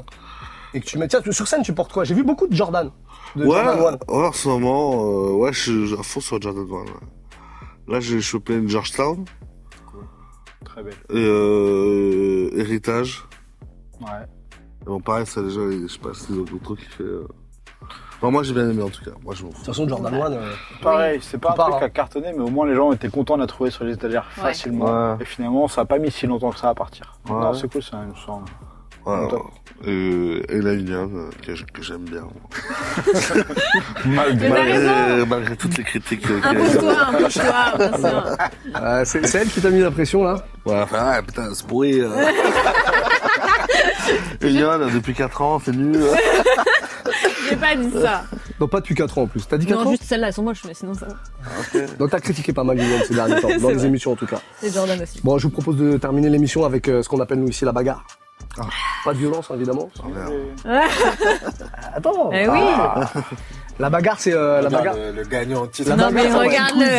et que tu mets. Tiens, sur scène, tu portes quoi J'ai vu beaucoup de Jordan. De Jordan
Ouais,
One.
en ce moment, euh, ouais, je suis à fond sur Jordan One. ouais. Là, j'ai chopé une Georgetown
Très belle.
et euh, Héritage.
Ouais.
Et bon, pareil, ça, déjà, je sais pas, c'est le truc qui fait. euh, Enfin, moi, j'ai bien aimé en tout cas. Moi, je m'en
De
fous.
toute façon, Jordan One. euh,
Pareil, c'est pas un
Faut pas,
truc
hein.
à cartonner, mais au moins les gens étaient contents de la trouver sur les étagères
Ouais.
facilement.
Ouais.
Et finalement, ça a pas mis si longtemps que ça à partir.
Ouais.
Non, c'est cool, ça me semble.
Voilà.
Top.
Euh, et la Union, euh, que, j- que j'aime bien.
Malgré.
t'as raison.
malgré toutes les critiques. euh,
Un
qu'il y a
pour
eu.
toi, un pour
*laughs*
toi, bien sûr.
euh, c'est c'est elle qui t'a mis la pression là.
Ouais, enfin, ouais, Ah, putain, c'est pourri.
*laughs*
euh. Union, là, depuis 4 ans, c'est nul.
J'ai pas dit ça.
Non, pas depuis 4 ans en plus. T'as dit 4
Non,
ans
juste celles-là, elles sont moches, mais sinon ça va.
Donc t'as critiqué pas mal Union ces
*laughs*
derniers temps, dans
C'est
les
vrai.
émissions en tout cas.
Et Jordan aussi.
Bon, je vous propose de terminer l'émission avec euh, ce qu'on appelle nous ici la bagarre. Pas de violence, hein, évidemment. Attends. Ah.
Eh oui.
La bagarre, c'est euh, la bagarre.
bah, Le, le gagnant en titre. Ah, bah,
La
non, mais
bagarre, ouais.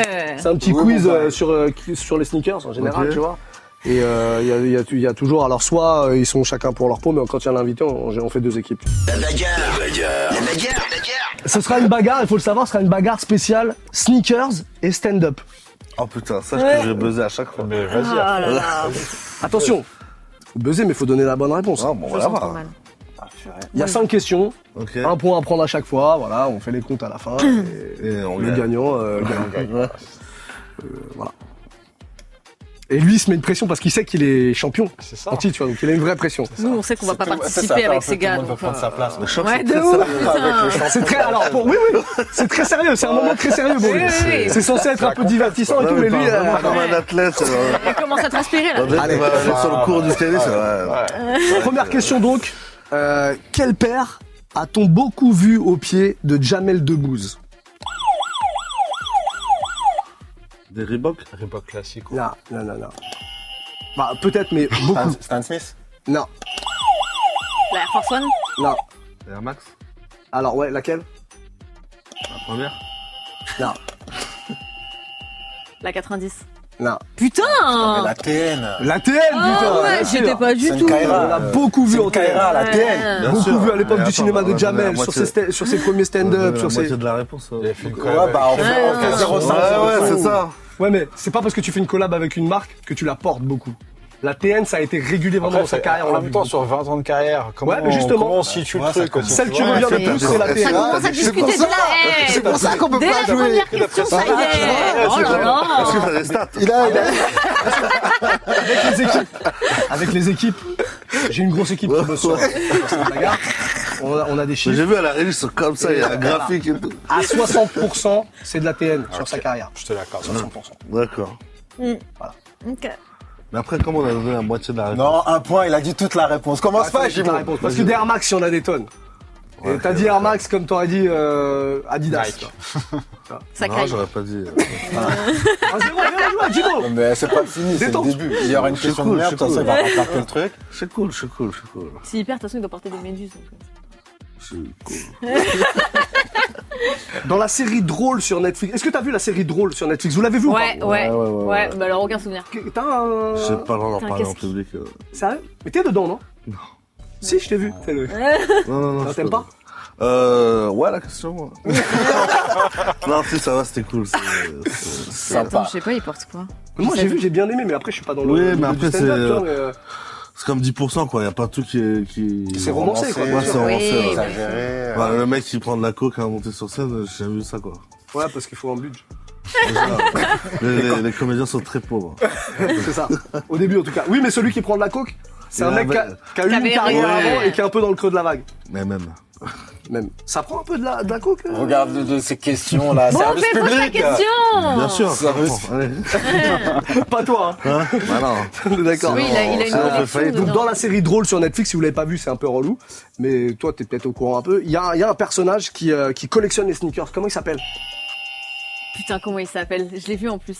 regarde-le.
C'est un petit
Oui,
quiz
bon, bah.
euh, sur euh, qui- sur les sneakers en général,
Ok.
tu vois. Et euh, il y, a, il y a- il y a toujours, alors soit euh, ils sont chacun pour leur peau, mais quand il y a l'invité, on, on fait deux équipes. Ce sera une bagarre, il faut le savoir, ce sera une bagarre spéciale sneakers et stand-up.
Oh putain, sache
Ouais.
que je vais buzzer à chaque fois.
Mais
Ah
vas-y,
là là.
Attention, faut buzzer, mais il faut donner la bonne réponse.
Ah, bon,
Je
voilà.
sens trop
bah.
mal.
Il y a cinq questions,
Ok.
un point à prendre à chaque fois, voilà, on fait les comptes à la
*clears throat*
fin. et-
Et on
Le
gagne.
gagnant euh, gagne. *laughs* Euh, voilà. Et lui, il se met une pression parce qu'il sait qu'il est champion
c'est ça.
en titre, tu vois, donc il a une vraie pression.
Nous, on sait qu'on va pas participer avec ces gars. donc, euh,
place.
Le choc,
Ouais,
c'est
de
très
ouf,
sérieux.
putain.
C'est très, alors pour, oui, oui, c'est très sérieux, c'est un moment très sérieux pour lui.
Oui, oui, oui.
C'est censé être un peu divertissant et
Ouais,
tout, mais
mais
lui,
parle vraiment
euh,
comme un
ouais.
athlète. euh, Ah,
Elle commence à transpirer, là.
On dirait qu'il va aller sur le cours du tennis. ouais.
première question donc, Euh, quelle paire a-t-on beaucoup vu au pied de Jamel Debbouze
Des Reebok
Reebok classique.
Non, non, non, non. Bah, peut-être, mais
Stan,
beaucoup.
Stan Smith
non,
La Air Force One
non.
Des Air Max
Alors, ouais, laquelle
La première
Non,
La 90.
non.
Ah, Mais
Putain
la TN
La TL, putain
Ah ouais,
bien sûr.
j'étais pas du
C'est une
tout.
carrière.
On l'a beaucoup vu en TL.
Kaira, la
Ouais.
TN
Bien
Beaucoup
sûr.
vu à l'époque
Mais
du
attends,
cinéma
on va
de
donner la
Jamel, sur
moitié-
ses, sta- sur ses premiers
on va
stand-up,
donner la
sur ses...
moitié de la réponse. hein.
Il avait fait une collab
Ouais, bah on
Ouais,
fait, on fait
ouais.
0,5.
Ouais, ouais, c'est ça.
Ouais, mais c'est pas parce que tu fais une collab avec une marque que tu la portes beaucoup. La TN, ça a été régulé vraiment
Après,
dans sa
c'est-
carrière. on
En
l'a
même
vu
temps,
beaucoup.
sur 20 ans de carrière, comment,
mais justement,
comment on situe
ouais,
le
ça
truc
commence.
aussi,
Celle
tu
qui
vois
revient
c'est
le plus,
pas-
c'est la
ça
Ça
TN.
commence à discuter de la haine.
C'est pour ça qu'on peut
Dès
pas
la
jouer.
première question, ça y est Oh là
Est-ce que
là
t'as des stats
Il a, il a-
Avec les équipes. Avec les équipes. J'ai une grosse équipe qui bosse sur, sur cette bagarre. On a, on a des
Mais
chiffres.
J'ai vu à la régie, comme ça, il y a
Ah.
un graphique et tout.
À 60%, c'est de la TN sur sa carrière.
Je te l'accorde.
60%.
D'accord.
Mm. Ok.
Mais après, comme on a donné la moitié de la réponse
Non, un point, il a dit toute la réponse. Commence
Attends,
pas,
j'ai la
Jimon.
réponse. Parce que des Air Max, il y en a des tonnes. Et t'as dit Air Max comme t'aurais dit euh, Adidas.
Nike.
Ça
Non,
caille.
j'aurais pas dit. euh.
Ah, zéro, zéro, joué, Jimo.
Mais c'est pas fini, c'est le
Détends-toi.
début. Il y aura une
C'est
question
cool,
de merde,
c'est
de toute façon, il va rattraper le truc.
C'est cool, c'est cool, c'est cool.
S'il perd, de toute façon, il doit porter des méduses. donc, euh,
C'est cool.
Dans la série drôle sur Netflix. Est-ce que t'as vu la série drôle sur Netflix Vous l'avez vu
Ouais, ouais, ouais,
ouais, ouais, ouais.
bah alors aucun souvenir.
ou pas Que- T'as un.
Je sais pas le droit d'en
Putain,
parler en
qu'est-ce
public. euh.
Sérieux Mais t'es dedans, non
Non. Ah.
Si, je t'ai vu. T'es le-
Non, non, non.
Non,
je
t'aimes
peux-
pas
Euh, ouais, la question, moi. *laughs* non, si, ça va, c'était cool. c'est- c'est- c'est-
Sympa.
je sais pas, il porte quoi
Mais Moi, j'ai vu, j'ai bien aimé, mais après, je suis pas dans le.
Oui,
milieu
mais
du
après,
stand-up,
c'est-
tu vois, mais, euh,
C'est comme 10%, quoi. Y a pas tout qui est, qui...
C'est romancé, quoi.
Ouais, c'est
Oui.
romancé, ouais.
Exagéré.
Ouais, le mec qui prend de la coke à monter sur scène, euh, j'ai jamais vu ça, quoi.
Ouais, parce qu'il faut un
*laughs*
budget.
Déjà, les, les- les comédiens sont très pauvres.
C'est ça. Au début, en tout cas. Oui, mais celui qui prend de la coke, c'est un
Il a
mec
un
qui a,
mec-
qui a eu une
avait-
carrière
Ouais.
avant et qui est un peu dans le creux de la vague.
Mais même.
Même. Ça prend un peu de la, de la coke. euh
Regarde de- de ces questions-là.
Bon,
Ah, Service
fais pose la
public.
question
Bien sûr,
Ça
ça
veut-
comprend. Allez.
*laughs* Pas toi.
*laughs*
hein.
Hein Bah non.
D'accord.
Oui, il a, il a une
Ah, on fait
collection
faillite.
Donc
dedans.
dans la série drôle sur Netflix, si vous l'avez pas vu, c'est un peu relou, mais toi t'es peut-être au courant un peu. Il y a, il y a un personnage qui, euh, qui collectionne les sneakers. Comment il s'appelle
Putain, comment il s'appelle Je l'ai vu en plus.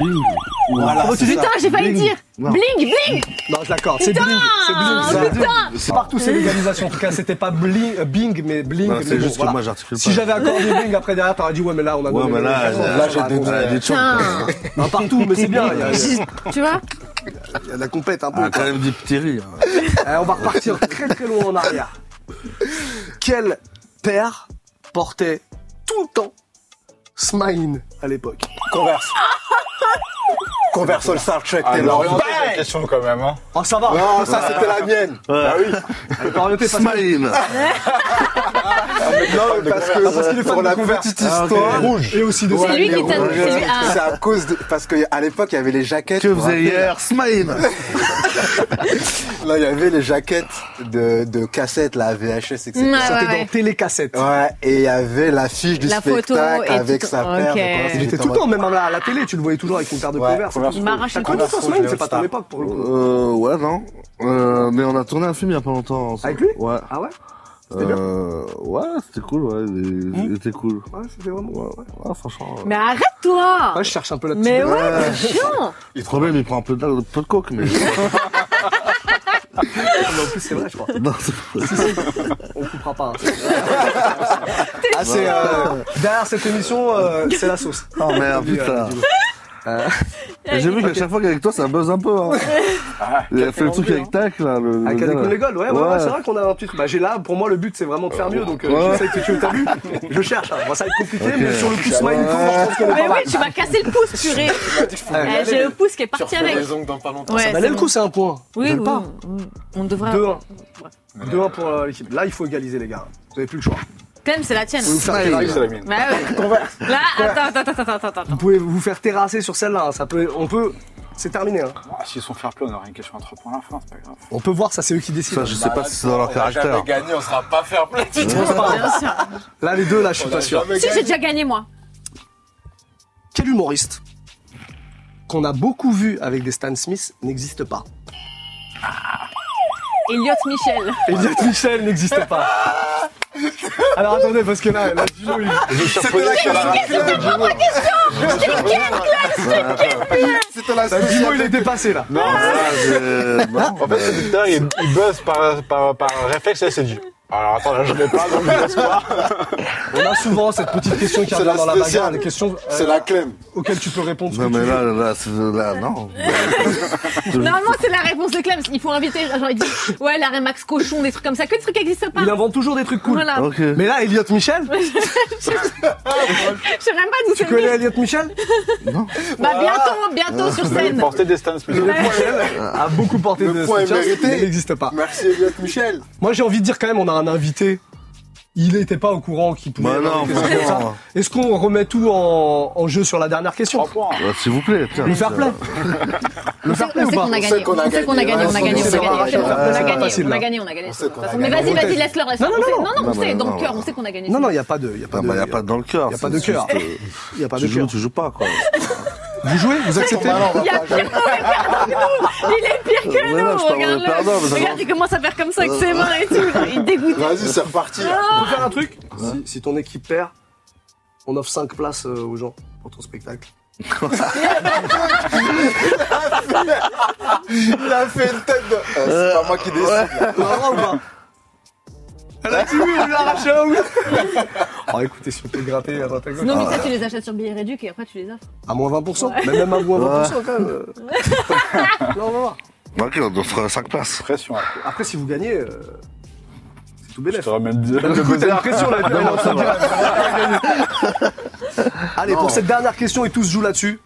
Bing. Ah,
Voilà,
Comment tu
c'est
dis
ça.
Putain, j'ai failli
Bling.
dire
Non.
Bling, bling
Non, je l'accorde. C'est Bling. C'est Bling.
Putain,
c'est Bling. C'est partout c'est légalisation. En tout cas, c'était pas Bling, euh, Bing, mais Bling.
Non,
mais
c'est
bon,
juste
voilà.
que moi, j'articule
Si
pas.
j'avais accordé Bling après derrière, t'aurais dit ouais, Ah mais là on a.
Ouais,
donné
mais
le-
là,
le-
là, j'ai
la réponse.
donné-
Ah, il est chaud.
Putain
*laughs* Non, partout, mais c'est bien. Il y a- il y a-
Tu vois
il y a de la compète un peu.
On a
quoi.
Ah, quand même des petits rires.
Eh, on va repartir très très loin en arrière. Quel père portait tout le temps Smine à l'époque
Converse. Converse All Star Chuck
Ah,
Taylor.
l'orienté, la
Bang
question quand même. Hein.
Oh ça va
Ah, Non, ça c'était la mienne. Ah oui.
Elle t'a orienté parce que-
Smile
Non, parce que
Ah, parce qu'il est fan
pour
de
la
Converse.
petite
Ah, ok.
histoire.
Rouge. Et aussi de
C'est lui
les
qui t'a-
rouges.
c'est lui- ah.
C'est à cause de parce que à l'époque il y avait les jaquettes.
Que faisait hier Smile
Là il y avait les jaquettes de, de cassettes, la VHS, etc.
Ouais,
C'était
ouais,
dans Télécassette.
Ouais, et il y avait l'affiche du
La photo
spectacle
et
avec
tout-
sa paire.
Ok.
de Converse.
Il était tout le temps, même à la, à la télé, tu le voyais toujours avec une paire de
Ouais,
Converse.
Converse.
Il m'arrache
T'as
le
connu
cou.
Converse.
ça, Smile C'est pas ton époque pour le coup.
Euh, ouais, non. Euh, mais on a tourné un film il y a pas longtemps. ensemble.
Avec lui
Ouais.
Ah ouais c'était bien
Euh, ouais, c'était cool, ouais. Il, il était cool.
Ouais, c'était vraiment.
Ouais, ouais, ouais, franchement. ouais.
Mais arrête-toi
Ouais, je cherche un peu la petite.
Mais ouais, c'est
*laughs*
chiant
Le problème, il prend un peu de, un peu de coke, mais.
Mais en plus, c'est vrai, je crois.
non, c'est pas vrai.
On coupera pas. hein. *laughs* ah, c'est. euh, derrière cette émission, euh, c'est la sauce. euh,
Oh merde,
Ah,
putain. Et J'ai vu qu'à chaque fois qu'avec toi, ça buzz un peu. Hein. il a fait le truc
rendu,
avec Tac, là. Le,
Avec les
le gars, là.
coups de gueule, ouais, ouais, ouais, c'est vrai qu'on a un petit. Bah, j'ai là, pour moi, le but, c'est vraiment de faire mieux, donc euh,
Ouais.
j'essaie de tuer, t'as vu Je cherche, hein. Bon, ça va être compliqué,
Ok.
mais sur le coup, Smile, je pense qu'on est
Mais
pas mal.
oui, tu m'as cassé le pouce, purée Eh, J'ai le pouce qui est parti avec
ongles dans pas longtemps.
Ouais,
Bah,
c'est
là, le
bon.
coup, c'est un point.
Oui,
Gueule
oui,
pas.
oui. on devrait...
2-1.
Ouais.
2-1 pour euh, l'équipe. Là, il faut égaliser, les gars. Vous avez plus le choix.
Clem, c'est la tienne
Vous pouvez vous faire
Ah oui, c'est
terrasser.
la mienne.
Bah ouais Là, attends, attends, attends, attends,
Vous
attends
pouvez vous faire terrasser sur celle-là. hein. Ça peut, on peut, c'est terminé. hein.
Ah, S'ils sont fair play, on aura une question à 3 points à la fin, c'est pas grave.
On peut voir, ça c'est eux qui décident.
Ça, je sais pas si c'est dans leur caractère.
gagné, on sera pas fair play.
Je pense pas.
Bien sûr
Là, les deux, là, je suis pas sûr.
Si, j'ai déjà gagné, moi
Quel humoriste qu'on a beaucoup vu avec des Stan Smith n'existe pas
Elliot Michel.
Elliot Michel n'existe pas. *laughs* Alors attendez, parce que là, là Gino, il...
C'était la question C'était
là,
la
Gino, il
spéciale
est dépassé là.
Non,
Ah, j'ai- non,
en fait, ce docteur, il, il buzz par, par, par réflexe et c'est dit. Alors attends, là, je n'ai pas, donc je laisse pas.
On a souvent cette petite question qui
C'est
revient
la
dans la
spéciale.
bagarre, des questions euh,
C'est la clem.
auxquelles tu peux répondre. ce
non,
que tu
mais
veux.
là, là, c'est- là, non.
Normalement, c'est la réponse de Clem. Il faut inviter, genre, il dit, ouais, la Remax cochon, des trucs comme ça, que des trucs qui existent pas.
Il invente toujours des trucs cool.
Voilà.
Ok.
Mais là, Elliot Michel
Je sais même pas d'où
Tu
c'est
connais
né.
Elliot Michel
Bah, bientôt, bientôt sur scène.
Porter des stands plus.
A beaucoup porté
Le
de
point est
soutien,
mérité.
mais il n'existe pas.
Merci Elliot Michel.
Moi, j'ai envie de dire quand même, on a un invité. Il n'était pas au courant qu'il pouvait. y
Bah
avoir
non,
des questions
franchement.
comme ça. Est-ce qu'on remet tout en, en jeu sur la dernière question
3 points.
Bah, S'il vous plaît, tiens.
Le fair play Le fair play
On
ou
sait
pas
qu'on a
sait
gagné.
qu'on a
On sait qu'on a
gagné.
gagné. On a
Ouais,
gagné.
c'est
On a
vrai,
gagné. C'est bon,
c'est
On a
vrai,
gagné.
c'est
On a
facile,
gagné. On a gagné.
sait qu'on a
Mais
gagné.
vas-y, vas-y, laisse-leur, laisse-leur.
Non,
On
non,
sait-
non.
non, on
Bah,
sait. Dans
non,
le cœur,
ouais.
on sait qu'on a gagné.
Non,
c'est
non,
bon.
il n'y a pas de, il y a pas
Ah, bah, y a
de,
pas dans le cœur.
y a pas
c'est
de cœur.
juste, euh,
il y a pas de
Tu joues, Bah
cœur.
tu joues pas, quoi.
Vous jouez, vous acceptez
Il y a pire mauvais perdant que nous. Il est pire que
Ouais, non,
nous.
je parle de
Regarde-le.
perdant, mais ça
Regarde,
commence-
il commence à faire comme ça avec ses mains et tout. genre, Il dégoûte.
Vas-y, c'est reparti.
On peut faire un truc si, si ton équipe perd, on offre 5 places euh, aux gens pour ton
*laughs*
spectacle.
Il a fait une tête de. Euh, c'est pas moi qui décide.
On a le droit ou pas Elle a dit oui, on lui a arraché un oui Oh écoutez, si on peut gratter à droite à gauche.
Non, mais ça, tu les achètes sur billets réduits et après, tu les offres.
À moins 20%, mais même à moins 20% quand même. euh.
*laughs*
non, on va voir.
Ok, Bah on offre 5 places.
Pression. hein.
Après, si vous gagnez, euh, c'est tout
Je
bénef.
t'aurais même dit.
*laughs* Écoute, t'as l'impression, là, elle est en train *laughs* de- Allez,
Non.
pour cette dernière question, et tous jouent là-dessus.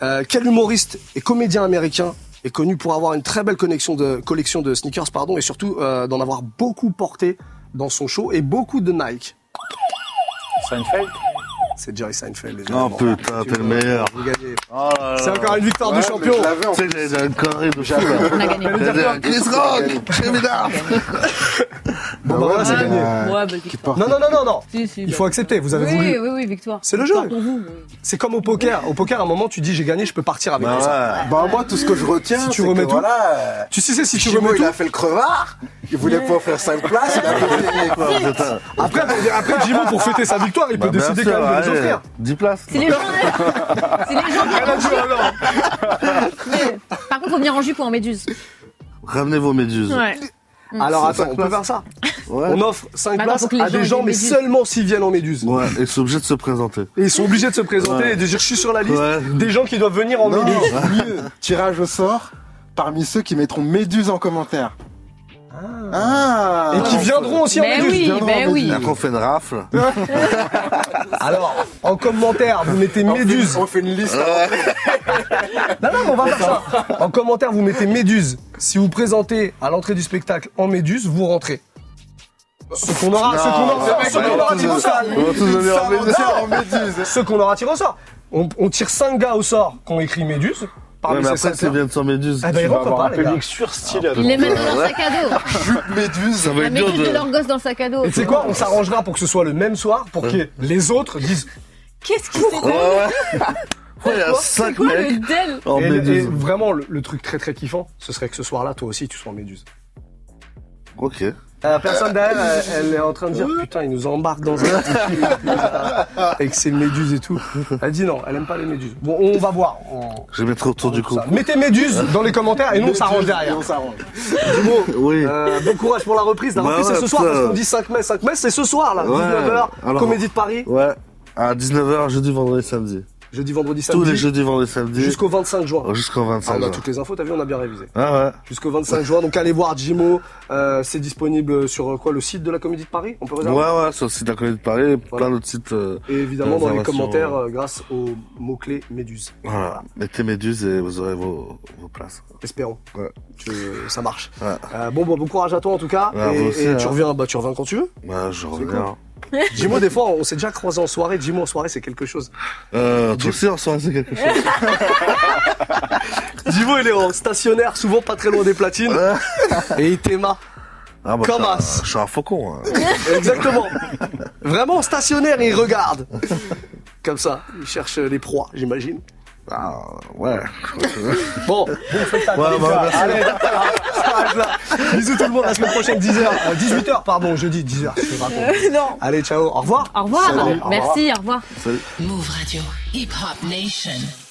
Euh, quel humoriste et comédien américain est connu pour avoir une très belle connexion de, collection de sneakers pardon, et surtout euh, d'en avoir beaucoup porté dans son show et beaucoup de Nike
Seinfeld.
C'est Jerry Seinfeld.
Oh
évidemment.
putain,
Tu
t'es le
veux-
meilleur.
vous gagnez.
Oh là là.
Euh,
C'est encore une victoire du champion.
Je l'avais en
Tu sais que j'avais déjà une connerie de fou, là.
*laughs* On a gagné.
J'avais dit, Chris Rock, Chez Médard.
Bon, bah, voilà, c'est
Ouais,
gagné.
ouais, bah, victoire.
Non, non, non, non, non.
Si, si,
Il faut
bah.
accepter, vous avez
Oui,
voulu.
oui, oui, victoire.
C'est le jeu.
Victoire pour vous, oui.
C'est comme au poker. Au poker, à un moment, tu dis j'ai gagné, je peux partir avec tout ça.
Bah
Bah, moi, tout ce que je retiens,
Si tu
c'est
remets
que
tout.
voilà. euh,
Tu sais, c'est si tu
Chimo,
remets
il
tout.
a fait le crevard. Il voulait pas offrir 5 places. Il a fait gagner, quoi.
ouais. Putain.
Après, après Jimon, pour fêter sa victoire, il
Bah,
peut
bien
décider
sûr,
quand même de les
allez,
offrir.
10 places.
Si les gens, si les gens viennent en jupe, mais- par contre, faut venir en jupe ou en méduse.
Ramenez vos méduses.
Alors
C'est
attends,
cinq
on peut
places.
faire ça.
Ouais.
On offre 5
Mm. Bah,
places
attends, faut que les
à des
gens
gens,
aient
mais
des
seulement s'ils viennent en méduse.
Ouais, et ils sont obligés de se présenter.
Et ils sont obligés de se présenter
Ouais.
et de dire je suis sur la liste
Ouais.
des gens qui doivent venir en
Non,
méduse.
mieux. Tirage au sort parmi ceux qui mettront Méduse en commentaire. Ah.
Et qui viendront aussi en
Mais
méduse.
Ben oui,
viendront
mais
en
oui.
Et après, on fait une rafle.
Alors, en commentaire, vous mettez
On fait-
méduse.
On fait une liste.
*laughs* Non, non, mais on va faire ça. En commentaire, vous mettez méduse. Si vous présentez à l'entrée du spectacle en méduse, vous rentrez. Ce qu'on aura, ce qu'on aura, ce qu'on aura tiré au sort.
On va tous donner leur méduse.
Salentin en Méduse.
Ce qu'on aura tiré au sort. On, on tire 5 gars au sort qui ont écrit méduse.
Ouais,
Parmi
Ah, mais
ces
après,
cinq
s'ils viennent sans méduse.
Ah bah,
Tu
il
vas
rentre
avoir
pas,
un
les gars.
public surstylé.
Ils les mettent dans leur sac
*laughs*
à dos.
Jupe Méduse.
Ça va
La
être dur
maîtrise de
de.
leur gosse dans le sac à dos.
Et tu sais quoi On s'arrangera pour que ce soit le même soir, pour que les autres disent.
Qu'est-ce qui s'est
Ouais,
passé
ouais. *laughs* Ouais, il y a
C'est
5
quoi le
mecs
del
en
Et, et
méduse.
vraiment, le, le truc très très kiffant, ce serait que ce soir-là, toi aussi, tu sois en méduse.
Ok.
La Euh, personne derrière, elle, elle est en train de dire Putain, il nous embarque dans un *laughs* avec ses méduses et tout. Elle dit non, elle aime pas les méduses. Bon, on va voir. on-
Je vais mettre autour du coup.
Oh, ça. Mettez méduses dans les commentaires et nous on s'arrange derrière.
On s'arrange.
Dimo,
Oui.
euh, bon courage pour la reprise. La
Bah
reprise c'est
ouais,
ce soir
putain.
parce qu'on dit 5 mai. 5 mai, c'est ce soir là,
Ouais.
19h,
Alors-
Comédie de Paris.
Ouais. À 19h, jeudi, vendredi, samedi.
Jeudi, vendredi,
Tous les
samedi.
jeudis, vendredi, samedi. Jusqu'au
Jusqu'au 25 juin. Ah,
25
on a
juin.
toutes les infos, t'as vu, on a bien révisé.
Ah ouais.
Jusqu'au 25 juin, donc allez voir Jimo, euh, c'est disponible sur euh, quoi le site de la Comédie de Paris On peut
Ouais,
réserver
ouais, sur le site de la Comédie de Paris, et
Voilà.
plein d'autres sites. euh,
Et évidemment dans les
Réservation,
commentaires euh, grâce au mot-clé Méduse.
voilà. Mettez Méduse et vous aurez vos, vos places.
Espérons
Ouais.
que ça marche.
Ouais.
Euh, bon, bon, bon courage à toi en tout cas.
Ouais,
et
vous aussi,
et tu,
hein.
reviens, bah, tu reviens quand tu veux.
Bah, je reviens.
Jimo, des fois, on s'est déjà croisé en soirée. Jimo, en soirée, c'est quelque chose.
Euh, toi aussi, en soirée, c'est quelque chose.
Jimo, il est en stationnaire, souvent pas très loin des platines. et il t'aima.
Ah, bah, je suis
Comme
un-
as.
Je suis un faucon. hein.
Exactement. Vraiment stationnaire et il regarde. Comme ça, il cherche les proies, j'imagine.
Ah, ouais.
Bon, vous me faites ça.
Ouais,
les
bah,
gars.
merci.
Allez, ça arrive là. Bisous tout le monde, la semaine prochaine, 10h. 18h, pardon, jeudi, 10h.
non.
Allez, ciao, au revoir.
Au revoir.
Salut, au revoir.
Merci, au revoir.
Salut.
Move Radio. Hip Hop Nation.